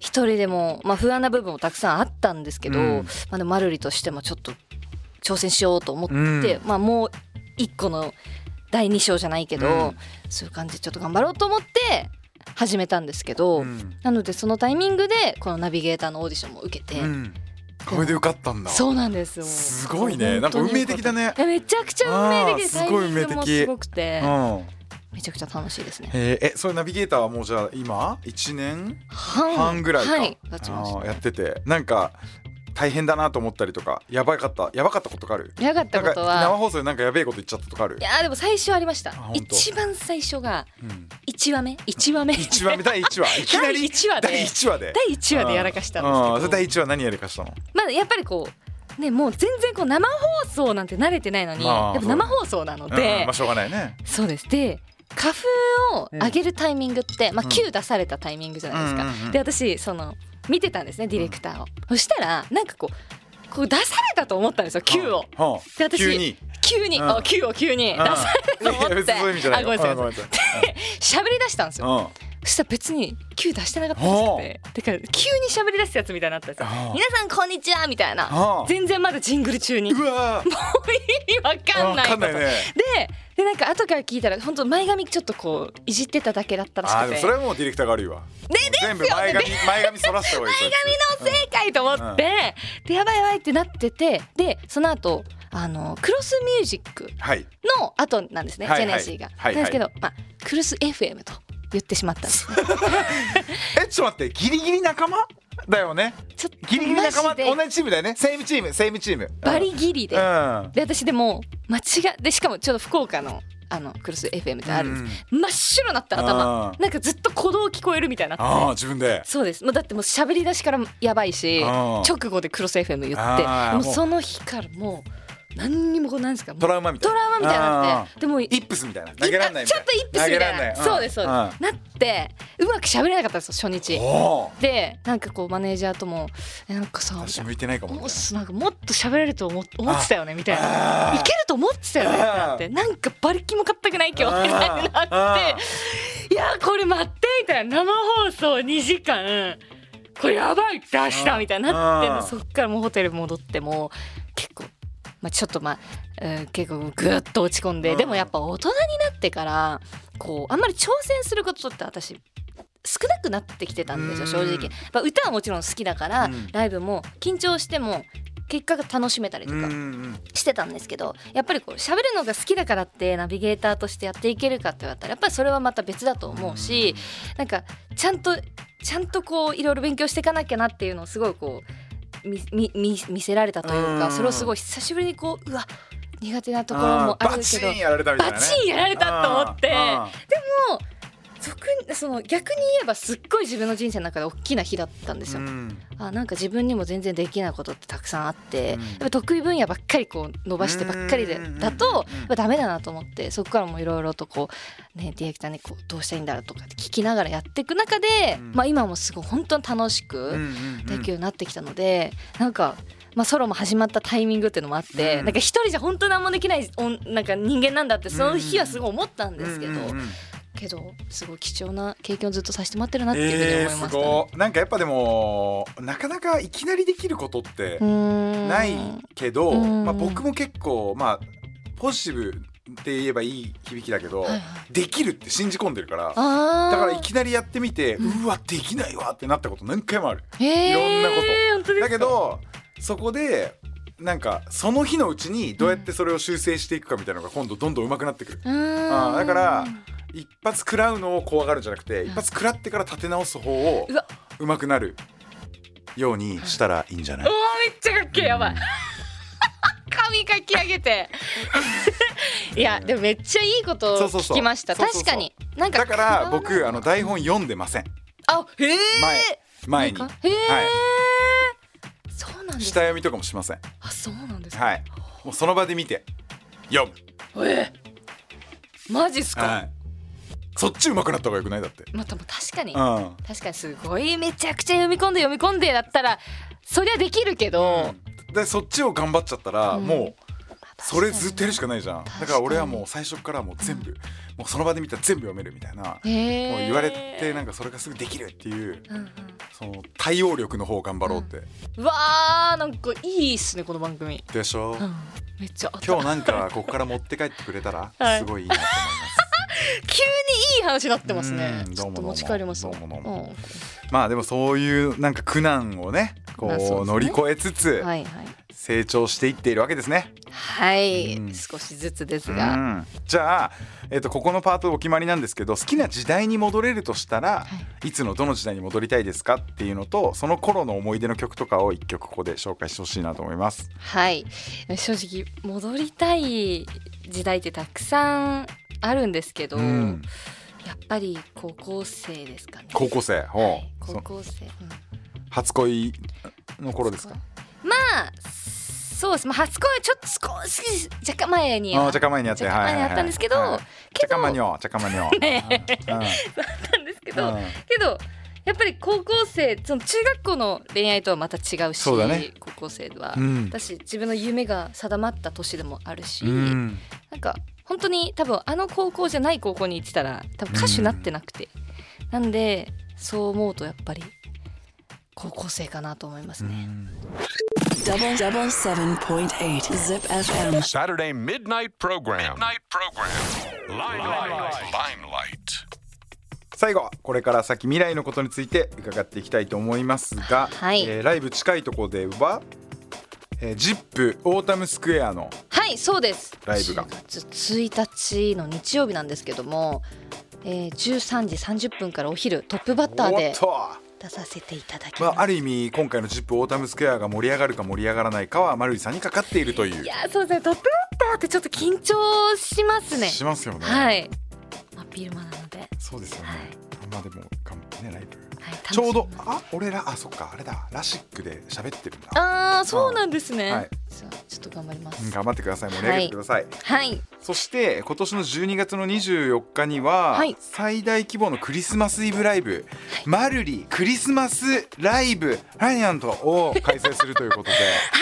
[SPEAKER 2] 一人でも、まあ、不安な部分もたくさんあったんですけど、
[SPEAKER 1] うん
[SPEAKER 2] まあ、でもマルリとしてもちょっと挑戦しようと思って、
[SPEAKER 1] うん
[SPEAKER 2] まあ、もう一個の第二章じゃないけど、
[SPEAKER 1] うん
[SPEAKER 2] そういう感じでちょっと頑張ろうと思って始めたんですけど、
[SPEAKER 1] うん
[SPEAKER 2] なのでそのタイミングでこのナビゲーターのオーディションも受けて、
[SPEAKER 1] うんこれで受かったんだ
[SPEAKER 2] そうなんですよ
[SPEAKER 1] すごいねなんか運命的だね
[SPEAKER 2] いやめちゃくちゃ運命的です
[SPEAKER 1] あー
[SPEAKER 2] タ
[SPEAKER 1] す
[SPEAKER 2] イ
[SPEAKER 1] ごい
[SPEAKER 2] ミング
[SPEAKER 1] 運命
[SPEAKER 2] も
[SPEAKER 1] 的
[SPEAKER 2] すごくて、
[SPEAKER 1] うん
[SPEAKER 2] めちゃくちゃ楽しいですね
[SPEAKER 1] えーえそういうナビゲーターはもうじゃあ今1年
[SPEAKER 2] 半
[SPEAKER 1] 半ぐらいか、
[SPEAKER 2] はい
[SPEAKER 1] あ
[SPEAKER 2] 経ちました
[SPEAKER 1] ーやっててなんか大変だなと思ったりとかやばかったやばかったことがある
[SPEAKER 2] やがった
[SPEAKER 1] なんか
[SPEAKER 2] ことは
[SPEAKER 1] 生放送でなんかやべえこと言っちゃったとかある
[SPEAKER 2] いやーでも最初ありました
[SPEAKER 1] 本当
[SPEAKER 2] 一番最初が
[SPEAKER 1] うん
[SPEAKER 2] 一話目一話目
[SPEAKER 1] 一話目第1話いきなり
[SPEAKER 2] [laughs] 第一話で
[SPEAKER 1] 第1話
[SPEAKER 2] [laughs]
[SPEAKER 1] で
[SPEAKER 2] 第一話でやらかしたんですけ
[SPEAKER 1] う
[SPEAKER 2] ど
[SPEAKER 1] うそれ第1話何やらかしたの
[SPEAKER 2] まあやっぱりこうねもう全然こう生放送なんて慣れてないのに、
[SPEAKER 1] まあ
[SPEAKER 2] やっぱ生放送なの
[SPEAKER 1] うん
[SPEAKER 2] で、
[SPEAKER 1] まあしょうがないね
[SPEAKER 2] そうですで花粉を上げるタイミングって、まあ、Q 出されたタイミングじゃないですか、
[SPEAKER 1] うんうんうん
[SPEAKER 2] で私その見てたんですねディレクターを、そしたらなんかこうこう出されたと思ったんですよ Q を。
[SPEAKER 1] うんうん
[SPEAKER 2] で私
[SPEAKER 1] 急に
[SPEAKER 2] 急に、
[SPEAKER 1] うん
[SPEAKER 2] あ Q を急に出されたと思っ
[SPEAKER 1] いや別
[SPEAKER 2] て
[SPEAKER 1] にそういう意味じゃない
[SPEAKER 2] あ
[SPEAKER 1] よ
[SPEAKER 2] ごめんなさいごめんなさい
[SPEAKER 1] うんごめんなさい
[SPEAKER 2] 喋り出したんですよ
[SPEAKER 1] うん
[SPEAKER 2] そしたら別に Q 出してなかったらしくてだから急に喋り出すやつみたいになったんですよ
[SPEAKER 1] ああ
[SPEAKER 2] 皆さんこんにちはみたい
[SPEAKER 1] ああ
[SPEAKER 2] な全然まだジングル中に
[SPEAKER 1] うわー
[SPEAKER 2] 意味わかんない
[SPEAKER 1] わか
[SPEAKER 2] こと
[SPEAKER 1] んないね
[SPEAKER 2] ででなんか後から聞いたら本当前髪ちょっとこういじってただけだったらし
[SPEAKER 1] あー
[SPEAKER 2] く
[SPEAKER 1] で
[SPEAKER 2] て
[SPEAKER 1] もそれはもうディレクターが悪いわ全部
[SPEAKER 2] [laughs]
[SPEAKER 1] 前髪前髪そらした方がいい前髪
[SPEAKER 2] 正解と思って、
[SPEAKER 1] うん
[SPEAKER 2] でやばいやばいってなっててでその後あのクロスミュージック
[SPEAKER 1] はい
[SPEAKER 2] の後なんですね、
[SPEAKER 1] はいはい
[SPEAKER 2] ジェネシーが、
[SPEAKER 1] はいはい
[SPEAKER 2] なんですけど、まあ、クルス FM と言ってしまったんですね
[SPEAKER 1] えちょっと待ってギリギリ仲間だよね
[SPEAKER 2] ちょっと
[SPEAKER 1] ギリギリ仲間
[SPEAKER 2] マジで
[SPEAKER 1] 同じチームだよねセイムチームセイムチーム
[SPEAKER 2] バリギリで、
[SPEAKER 1] うん
[SPEAKER 2] で私でも間違でしかもちょっと福岡のあのクロス FM ってあるんです、真っ白なった
[SPEAKER 1] あ
[SPEAKER 2] 頭
[SPEAKER 1] ー
[SPEAKER 2] なんかずっと鼓動聞こえるみたいになって
[SPEAKER 1] ああ自分で
[SPEAKER 2] そうですもうだってもう喋り出しからやばいし
[SPEAKER 1] あー
[SPEAKER 2] 直後でクロス FM 言って
[SPEAKER 1] あー
[SPEAKER 2] もうその日からもう何にもこうなんですかもう
[SPEAKER 1] トラウマみたいな
[SPEAKER 2] トラウマみたいになって
[SPEAKER 1] うん
[SPEAKER 2] でも
[SPEAKER 1] イップスみたいな投げられない
[SPEAKER 2] あ
[SPEAKER 1] み
[SPEAKER 2] ち
[SPEAKER 1] た
[SPEAKER 2] ょっ
[SPEAKER 1] いな
[SPEAKER 2] とイップスみたいな、
[SPEAKER 1] 投げられ
[SPEAKER 2] そうですそうです、
[SPEAKER 1] ん
[SPEAKER 2] なってうまく喋れなかったんですよ初日
[SPEAKER 1] おー
[SPEAKER 2] でなんかこうマネージャーともえなんかさみ
[SPEAKER 1] 私
[SPEAKER 2] たい
[SPEAKER 1] 向いてないかも
[SPEAKER 2] なもう
[SPEAKER 1] みたいな
[SPEAKER 2] すなんかもっと喋れると思思ってたよねみたい
[SPEAKER 1] あ
[SPEAKER 2] な
[SPEAKER 1] ー
[SPEAKER 2] いけると思ってたよねってなってなんか馬力も買ったくない今日みたいにな
[SPEAKER 1] あーあ
[SPEAKER 2] っていやこれ待ってみたいな生放送2時間これやばい出したみたいにな
[SPEAKER 1] あ
[SPEAKER 2] っ
[SPEAKER 1] ー
[SPEAKER 2] てそっからもうホテル戻っても結構、まあ、ちょっとまあ、うん結構ぐっと落ち込んででもやっぱ大人になってからこうあんまり挑戦することって私少なくなってきてたんですよ正
[SPEAKER 1] うん
[SPEAKER 2] 直、まあ、歌はもちろん好きだから、
[SPEAKER 1] うん
[SPEAKER 2] ライブも緊張しても結果が楽しめたりと
[SPEAKER 1] う
[SPEAKER 2] か
[SPEAKER 1] んうん
[SPEAKER 2] してたんですけどやっぱりこう喋るのが好きだからってナビゲーターとしてやっていけるかって言われたらやっぱりそれはまた別だと思うしなんかちゃんとちゃんとこういろいろ勉強していかなきゃなっていうのをすごいこうみみみ見せられたという
[SPEAKER 1] う
[SPEAKER 2] か
[SPEAKER 1] ん
[SPEAKER 2] それをすごい久しぶりにこううわ苦手なところも
[SPEAKER 1] あー
[SPEAKER 2] あ
[SPEAKER 1] バ
[SPEAKER 2] るけ
[SPEAKER 1] チ
[SPEAKER 2] ど
[SPEAKER 1] ーンやられたみたいな
[SPEAKER 2] バ
[SPEAKER 1] ね
[SPEAKER 2] チンやられたと思って。
[SPEAKER 1] あー
[SPEAKER 2] 特にその逆に言えばすっごい自分の人生の中で大きな日だったんですよ、
[SPEAKER 1] うん
[SPEAKER 2] あなんか自分にも全然できないことってたくさんあって、
[SPEAKER 1] うん
[SPEAKER 2] やっぱ得意分野ばっかりこう伸ばしてばっかりで
[SPEAKER 1] うん
[SPEAKER 2] だと
[SPEAKER 1] うん
[SPEAKER 2] やっぱダメだなと思ってそこからもいろいろとこうねディレクターにこうどうしたらいいんだろうとかって聞きながらやっていく中で、
[SPEAKER 1] うん
[SPEAKER 2] まあ、今もすごい本当に楽し
[SPEAKER 1] うんうん
[SPEAKER 2] く
[SPEAKER 1] うん
[SPEAKER 2] できるようになってきたので、なんか。まあ、ソロも始まったタイミングっていうのもあって、
[SPEAKER 1] うん
[SPEAKER 2] なんか一人じゃ本当何もできないおんなんか人間なんだってその日はすごい思ったんですけど、
[SPEAKER 1] うんうんうん
[SPEAKER 2] けどすごい貴重な経験をずっとさせてもらってるなっていうふう
[SPEAKER 1] え
[SPEAKER 2] に
[SPEAKER 1] ー
[SPEAKER 2] 思いますした、ね
[SPEAKER 1] ごいなんかやっぱでもなかなかいきなりできることって
[SPEAKER 2] うーん
[SPEAKER 1] ないけど、
[SPEAKER 2] うん
[SPEAKER 1] まあ、僕も結構まあポジティブって言えばいい響きだけど、
[SPEAKER 2] はいはい
[SPEAKER 1] できるって信じ込んでるか
[SPEAKER 2] あ
[SPEAKER 1] ら
[SPEAKER 2] ー
[SPEAKER 1] だからいきなりやってみてうわできないわってなったこと何回もある。
[SPEAKER 2] へー
[SPEAKER 1] いろんなこと
[SPEAKER 2] 本当ですか
[SPEAKER 1] だけどそこでなんかその日のうちにどうやってそれを修正していくかみたいなのが今度どんどん上手くなってくる。
[SPEAKER 2] うーん
[SPEAKER 1] あーだから一発食らうのを怖がるんじゃなくて一発食らってから立て直す方を
[SPEAKER 2] うわ
[SPEAKER 1] うまくなるようにしたらいいんじゃな
[SPEAKER 2] うわ
[SPEAKER 1] い
[SPEAKER 2] めっちゃかっけえやばい [laughs] 髪かき上げて [laughs] いやでもめっちゃいいことを
[SPEAKER 1] そうそうそ
[SPEAKER 2] 聞き
[SPEAKER 1] う
[SPEAKER 2] ました
[SPEAKER 1] そうそうそう
[SPEAKER 2] 確かになんか
[SPEAKER 1] だから僕あの台本読んでません
[SPEAKER 2] あへえ
[SPEAKER 1] 前前に
[SPEAKER 2] へ
[SPEAKER 1] は
[SPEAKER 2] え、
[SPEAKER 1] い
[SPEAKER 2] そうなんです
[SPEAKER 1] 下
[SPEAKER 2] か
[SPEAKER 1] 読みとかもしません
[SPEAKER 2] あそうなんですか、
[SPEAKER 1] はいもうその場で見て読む
[SPEAKER 2] えーマジっすか、
[SPEAKER 1] はいそっち上手くなった方がよくないだって
[SPEAKER 2] またもう確かに、
[SPEAKER 1] うん
[SPEAKER 2] 確かにすごいめちゃくちゃ読み込んで読み込んでだったらそりゃできるけど、
[SPEAKER 1] でそっちを頑張っちゃったら
[SPEAKER 2] うん
[SPEAKER 1] もうそれずっとやる
[SPEAKER 2] し
[SPEAKER 1] しかないじゃん
[SPEAKER 2] 確か
[SPEAKER 1] だ
[SPEAKER 2] に
[SPEAKER 1] から俺はもう最初からもう全部もうその場で見たら全部読めるみたいなもう
[SPEAKER 2] へー
[SPEAKER 1] 言われてなんかそれがすぐできるっていう
[SPEAKER 2] うんうん
[SPEAKER 1] その対応力の方を頑張ろうって
[SPEAKER 2] うわーなんかいいっすねこの番組、
[SPEAKER 1] でしょ
[SPEAKER 2] うん、めっちゃ
[SPEAKER 1] 今日なんかここから持って帰ってくれたら
[SPEAKER 2] [laughs] はい
[SPEAKER 1] すごいいいなと思います
[SPEAKER 2] 急にいい話になってますね
[SPEAKER 1] うん
[SPEAKER 2] ち
[SPEAKER 1] どう
[SPEAKER 2] ょっと
[SPEAKER 1] もどうも
[SPEAKER 2] 持ち帰ります
[SPEAKER 1] どうもどうも
[SPEAKER 2] ん
[SPEAKER 1] まあでもそういうなんか苦難をねこ
[SPEAKER 2] まあそうです
[SPEAKER 1] う
[SPEAKER 2] ね
[SPEAKER 1] 乗り越えつつ
[SPEAKER 2] はいはい
[SPEAKER 1] 成長していっているわけですね。
[SPEAKER 2] はい、
[SPEAKER 1] うん
[SPEAKER 2] 少しずつです
[SPEAKER 1] う
[SPEAKER 2] が、
[SPEAKER 1] ん、じゃあ、えっとここのパートお決まりなんですけど好きな時代に戻れるとしたら、い、つのどの時代に戻りたいですかっていうのとその頃の思い出の曲とかを一曲ここで紹介してほしいなと思います。
[SPEAKER 2] はい正直戻りたい時代ってたくさんあるんですけど、
[SPEAKER 1] うん
[SPEAKER 2] やっぱり高校生ですかね
[SPEAKER 1] 高校生、ほう
[SPEAKER 2] はい高
[SPEAKER 1] その
[SPEAKER 2] 校生、うん
[SPEAKER 1] 初恋の頃ですか。
[SPEAKER 2] まあそうですまあ初恋はちょっと少し若干前に
[SPEAKER 1] あー若干前にあって
[SPEAKER 2] 若干前にあったんですけど、
[SPEAKER 1] はいはいはい
[SPEAKER 2] け
[SPEAKER 1] ちゃ
[SPEAKER 2] ど
[SPEAKER 1] かまにょちゃかま
[SPEAKER 2] [laughs]
[SPEAKER 1] にょ。うん
[SPEAKER 2] なんですけど、
[SPEAKER 1] うん
[SPEAKER 2] けどやっぱり高校生その中学校の恋愛とはまた違うし
[SPEAKER 1] そうだね
[SPEAKER 2] 高校生は、
[SPEAKER 1] うん
[SPEAKER 2] 私自分の夢が定まった年でもあるし、
[SPEAKER 1] うん
[SPEAKER 2] なんか本当に多分あの高校じゃない高校に行ってたら多分歌手になってなくて、なんでそう思うとやっぱり高校生かなと思いますね。
[SPEAKER 3] Double double seven point eight zip FM.
[SPEAKER 4] Saturday midnight program. Midnight program. Limelight. Limelight.
[SPEAKER 1] 最後はこれから先未来のことについて伺っていきたいと思いますが、
[SPEAKER 2] はい
[SPEAKER 1] えーライブ近いところでは「えー ZIP、オータムスクエアの
[SPEAKER 2] はいそうです
[SPEAKER 1] ライブが
[SPEAKER 2] 10月1日の日曜日なんですけども、えー、13時30分からお昼トップバッター
[SPEAKER 1] お
[SPEAKER 2] で
[SPEAKER 1] っと、
[SPEAKER 2] 出させていただき
[SPEAKER 1] ま
[SPEAKER 2] ます、
[SPEAKER 1] あ、ある意味今回の「ZIP オータムスクエアが盛り上がるか盛り上がらないかは丸井さんにかかっているという
[SPEAKER 2] いやーそうですねトップバッターってちょっと緊張しますね
[SPEAKER 1] しますよね、
[SPEAKER 2] はいアピールマなので、はい、
[SPEAKER 1] そうですよね、まあでも頑張ってねライブ
[SPEAKER 2] 楽し
[SPEAKER 1] ち
[SPEAKER 2] み
[SPEAKER 1] ょうどあ俺らあそっかあれだラシックで喋ってるんだ
[SPEAKER 2] あーそうなんですね、
[SPEAKER 1] はい
[SPEAKER 2] さあちょっと頑張ります。
[SPEAKER 1] 頑張ってください盛り上げてください、
[SPEAKER 2] はい。
[SPEAKER 1] そして今年の12月の24日には、
[SPEAKER 2] はい
[SPEAKER 1] 最大規模のクリスマスイブライブ、マルリクリスマスライブライアントを開催するという
[SPEAKER 2] [laughs]
[SPEAKER 1] ことで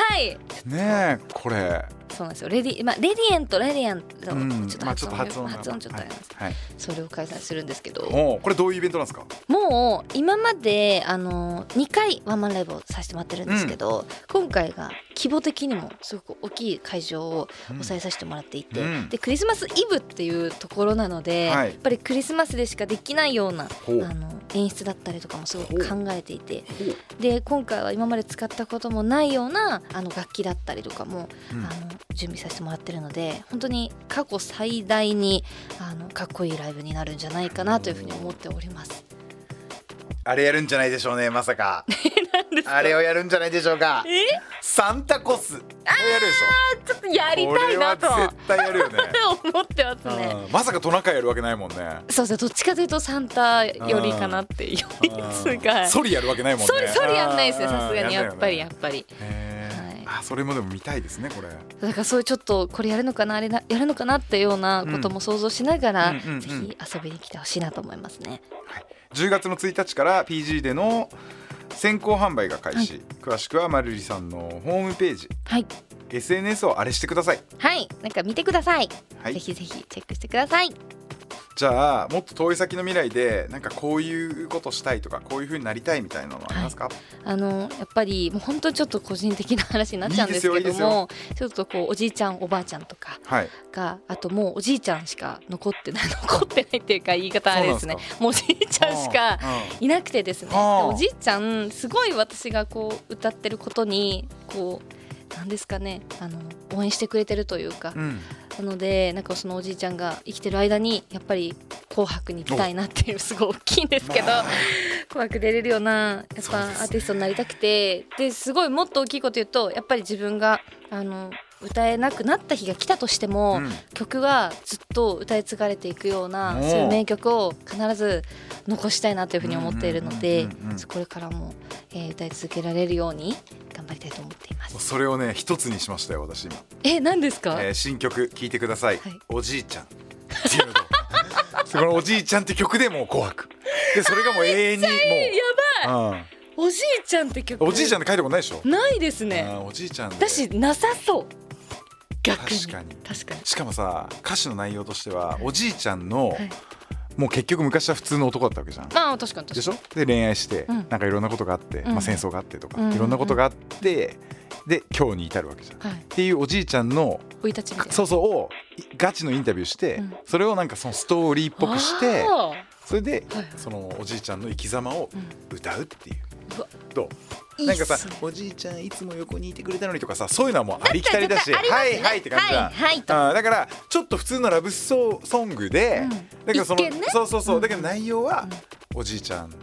[SPEAKER 2] はい。
[SPEAKER 1] ねえこれ、
[SPEAKER 2] そうなんですよ。レディ、まあ、レディエント、レディエント、
[SPEAKER 1] うん
[SPEAKER 2] ちょ
[SPEAKER 1] まあ
[SPEAKER 2] っと発音、発音ちょっとあります、
[SPEAKER 1] はい、はい
[SPEAKER 2] それを開催するんですけど。
[SPEAKER 1] おうこれどういうイベントなんですか
[SPEAKER 2] もう今まであの2回ワンマンライブをさせてもらってるんですけど、今回が規模的にもすごく大きい会場を抑えさせてもらっていて、
[SPEAKER 1] うん
[SPEAKER 2] でクリスマスイブっていうところなので、
[SPEAKER 1] はい
[SPEAKER 2] やっぱりクリスマスでしかできないようなあ
[SPEAKER 1] ほう
[SPEAKER 2] の演出だったりとかもすごく考えていてで今回は今まで使ったこともないようなあの楽器だったりとかも、
[SPEAKER 1] うん
[SPEAKER 2] あの準備させてもらってるので本当に過去最大にあのかっこいいライブになるんじゃないかなというふうに思っております。
[SPEAKER 1] あれやるんじゃないでしょうねま
[SPEAKER 2] [laughs]
[SPEAKER 1] さかあれをやるんじゃないでしょうかサンタコスやるで
[SPEAKER 2] ち
[SPEAKER 1] し
[SPEAKER 2] ょっとやり
[SPEAKER 1] ょ
[SPEAKER 2] たいなと
[SPEAKER 1] これは絶対やるよね
[SPEAKER 2] 思ってますね。
[SPEAKER 1] うんまさかトナカイやるわけないもんね
[SPEAKER 2] そうですね、どっちかというとサンタよりかなって [laughs] いうつが。
[SPEAKER 1] ソリやるわけないもんね
[SPEAKER 2] それそれやんないですね、さすがにやっぱりや
[SPEAKER 1] っ
[SPEAKER 2] っぱり。
[SPEAKER 1] あそれもでも見たいですねこれ
[SPEAKER 2] だからそういうちょっとこれやるのかなあれなやるのかなっていうようなことも想像しながら、
[SPEAKER 1] うんうんうんうん
[SPEAKER 2] ぜひ遊びに来てほしいなと思いますね。
[SPEAKER 1] 10月の1日から PG での先行販売が開始、詳しくはまるりさんのホームページ
[SPEAKER 2] はい、
[SPEAKER 1] SNS をあれしてください
[SPEAKER 2] はい、なんか見てください。
[SPEAKER 1] はい
[SPEAKER 2] ぜひぜひチェックしてください。
[SPEAKER 1] じゃあもっと遠い先の未来でなんかこういうことしたいとかこういうふうになりたいみたいなのはありますか、
[SPEAKER 2] あのやっぱりもう本当にちょっと個人的な話になっちゃうんですけ
[SPEAKER 1] いいで
[SPEAKER 2] ど
[SPEAKER 1] すよ
[SPEAKER 2] も、ちょっとこうおじいちゃんおばあちゃんとか。
[SPEAKER 1] はい
[SPEAKER 2] があともうおじいちゃんしか残ってない [laughs] 残ってないっていうか言い方あれですね
[SPEAKER 1] そうなん
[SPEAKER 2] もうおじいちゃんしか
[SPEAKER 1] う
[SPEAKER 2] いなくてですねで
[SPEAKER 1] あー
[SPEAKER 2] おじいちゃんすごい私がこう歌ってることにこうなんですかねあの応援してくれてるというか、
[SPEAKER 1] んうん
[SPEAKER 2] なのでなんかそのおじいちゃんが生きてる間にやっぱり「紅白」に行きたいなっていうすごい大きいんですけど
[SPEAKER 1] まあ
[SPEAKER 2] 「紅白」出れるようなやっぱアーティストになりたくてですごいもっと大きいこと言うとやっぱり自分があの歌えなくなった日が来たとしても、
[SPEAKER 1] うん
[SPEAKER 2] 曲がずっと歌い継がれていくような
[SPEAKER 1] おー
[SPEAKER 2] そういう名曲を必ず残したいなというふうに思っているの
[SPEAKER 1] う
[SPEAKER 2] で
[SPEAKER 1] んうんうんうん
[SPEAKER 2] これからも、えー歌い続けられるように頑張りたいと思っています。
[SPEAKER 1] それをね一つにしましたよ私今、
[SPEAKER 2] え何ですか、
[SPEAKER 1] えー新曲聴いてください、
[SPEAKER 2] はい
[SPEAKER 1] おじいちゃんっていうのと [laughs] そこのおじいちゃんって曲でもう紅白でそれがもう永遠にも、
[SPEAKER 2] やばいうおじいちゃんって曲
[SPEAKER 1] うん、おじいちゃんって書いたことないでしょ、
[SPEAKER 2] ないですね
[SPEAKER 1] あーおじいちゃんで
[SPEAKER 2] 私なさそう逆に
[SPEAKER 1] 確かに
[SPEAKER 2] 確かに
[SPEAKER 1] しかもさ歌詞の内容としてはおじいちゃんの、
[SPEAKER 2] はい
[SPEAKER 1] もう結局昔は普通の男だったわけじゃん
[SPEAKER 2] まあ確かに確かに
[SPEAKER 1] でしょで恋愛して、
[SPEAKER 2] うん
[SPEAKER 1] なんかいろんなことがあって、
[SPEAKER 2] う
[SPEAKER 1] まあ、
[SPEAKER 2] ん
[SPEAKER 1] 戦争があってとか、
[SPEAKER 2] うん
[SPEAKER 1] いろんなことがあってで今日に至るわけじゃん。っ
[SPEAKER 2] はい
[SPEAKER 1] ていうおじいちゃんの
[SPEAKER 2] 生い立ちみたいな
[SPEAKER 1] そうそうをいガチのインタビューして、
[SPEAKER 2] うん
[SPEAKER 1] それをなんかそのストーリーっぽくして
[SPEAKER 2] あ
[SPEAKER 1] それで、
[SPEAKER 2] はい
[SPEAKER 1] そのおじいちゃんの生き様を歌うっていう。
[SPEAKER 2] うわ
[SPEAKER 1] どう
[SPEAKER 2] いい
[SPEAKER 1] な
[SPEAKER 2] っ
[SPEAKER 1] ん
[SPEAKER 2] す
[SPEAKER 1] か
[SPEAKER 2] ね
[SPEAKER 1] さおじいちゃんいつも横にいてくれたのにとかさそういうのはもうありきたりだし
[SPEAKER 2] だったら
[SPEAKER 1] はい
[SPEAKER 2] 絶対あ
[SPEAKER 1] はいっ
[SPEAKER 2] り
[SPEAKER 1] て
[SPEAKER 2] ますね
[SPEAKER 1] 感じじゃん、
[SPEAKER 2] はいはいと
[SPEAKER 1] うんだからちょっと普通のラブソソングで、
[SPEAKER 2] うん
[SPEAKER 1] だけどその、
[SPEAKER 2] 一見ね
[SPEAKER 1] そうそうそうだけど内容は、おじいちゃん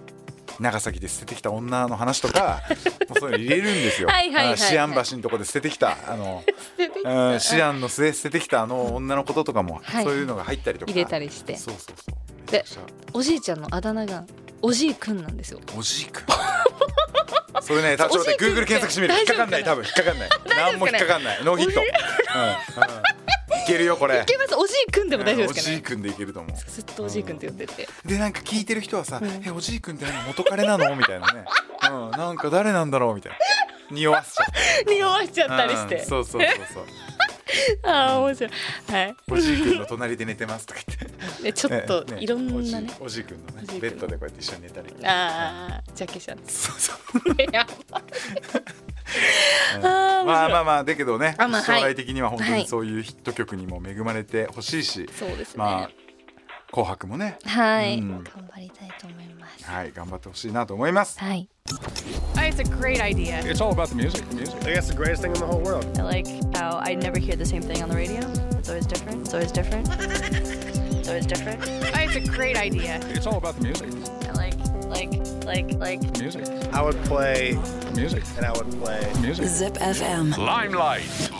[SPEAKER 1] 長崎で捨ててきた女の話
[SPEAKER 2] [laughs]
[SPEAKER 1] とかもうそういうの入れるんですよ。
[SPEAKER 2] はいはいはいはい
[SPEAKER 1] あシアン橋のとこで捨ててきたあのうんシアンの末捨ててきたあの女のこととかも、
[SPEAKER 2] はい
[SPEAKER 1] そういうのが入ったりとか
[SPEAKER 2] 入れたりして
[SPEAKER 1] そうそうそうめちゃ
[SPEAKER 2] で
[SPEAKER 1] くちゃ
[SPEAKER 2] おじいちゃんのあだ名がおじいくんなんですよ
[SPEAKER 1] おじいくんそ
[SPEAKER 2] [laughs]
[SPEAKER 1] れね、多分ちょっと待
[SPEAKER 2] おじ
[SPEAKER 1] って
[SPEAKER 2] いくんって
[SPEAKER 1] Google 検索してみる引っ
[SPEAKER 2] 大丈
[SPEAKER 1] か
[SPEAKER 2] 夫
[SPEAKER 1] かんない多分引っかか
[SPEAKER 2] [laughs]
[SPEAKER 1] んない何も引っかかんないノーヒット、うんうんいけるよこれ
[SPEAKER 2] いけますおじいくんでも大丈夫ですか
[SPEAKER 1] おじい
[SPEAKER 2] ね
[SPEAKER 1] くんでいけると思う
[SPEAKER 2] ずっとおじいくんって呼んでて
[SPEAKER 1] でなんか聞いてる人はさ「えおじいくんって何元彼なの?」みたいなね、うん、なんか誰なんだろうみたいな匂わせちゃっ
[SPEAKER 2] [laughs] 匂わしちゃったたりして
[SPEAKER 1] そうそうそうそう
[SPEAKER 2] ああ面白いはい
[SPEAKER 1] おじいくんの隣で寝てますとか言って
[SPEAKER 2] で [laughs] ちょっ
[SPEAKER 1] [laughs]
[SPEAKER 2] といろんなね
[SPEAKER 1] おじいくんの
[SPEAKER 2] おじ
[SPEAKER 1] ね
[SPEAKER 2] いくん
[SPEAKER 1] ベッドでこうやって一緒に
[SPEAKER 2] [laughs]
[SPEAKER 1] 寝たり
[SPEAKER 2] ああジャケシャツ
[SPEAKER 1] そう [laughs] そう
[SPEAKER 2] [laughs] やばいあー面白い
[SPEAKER 1] まあまあまあだけどね
[SPEAKER 2] あまあ
[SPEAKER 1] 将
[SPEAKER 2] はい
[SPEAKER 1] 来的には本当
[SPEAKER 2] は
[SPEAKER 1] に
[SPEAKER 2] い
[SPEAKER 1] そういうヒット曲にも恵まれてほしいし、
[SPEAKER 2] そうですね
[SPEAKER 1] まあ「紅白」もね
[SPEAKER 2] はい、
[SPEAKER 1] うん
[SPEAKER 2] 頑張りたいと思います。
[SPEAKER 1] はい頑張ってほしいなと思います。
[SPEAKER 2] はい。
[SPEAKER 5] Oh, It's a great idea.
[SPEAKER 4] It's all about the music. music.
[SPEAKER 6] I guess the greatest thing in the whole world.
[SPEAKER 5] I like how I never hear the same thing on the radio. It's always different. It's always different. It's always different. Oh, It's a great idea.
[SPEAKER 4] It's all about the music.
[SPEAKER 5] I like, like, like, like.
[SPEAKER 4] Music.
[SPEAKER 6] I would play
[SPEAKER 4] Music.
[SPEAKER 6] and I would play.
[SPEAKER 4] Music.
[SPEAKER 3] Zip FM.
[SPEAKER 4] Limelight.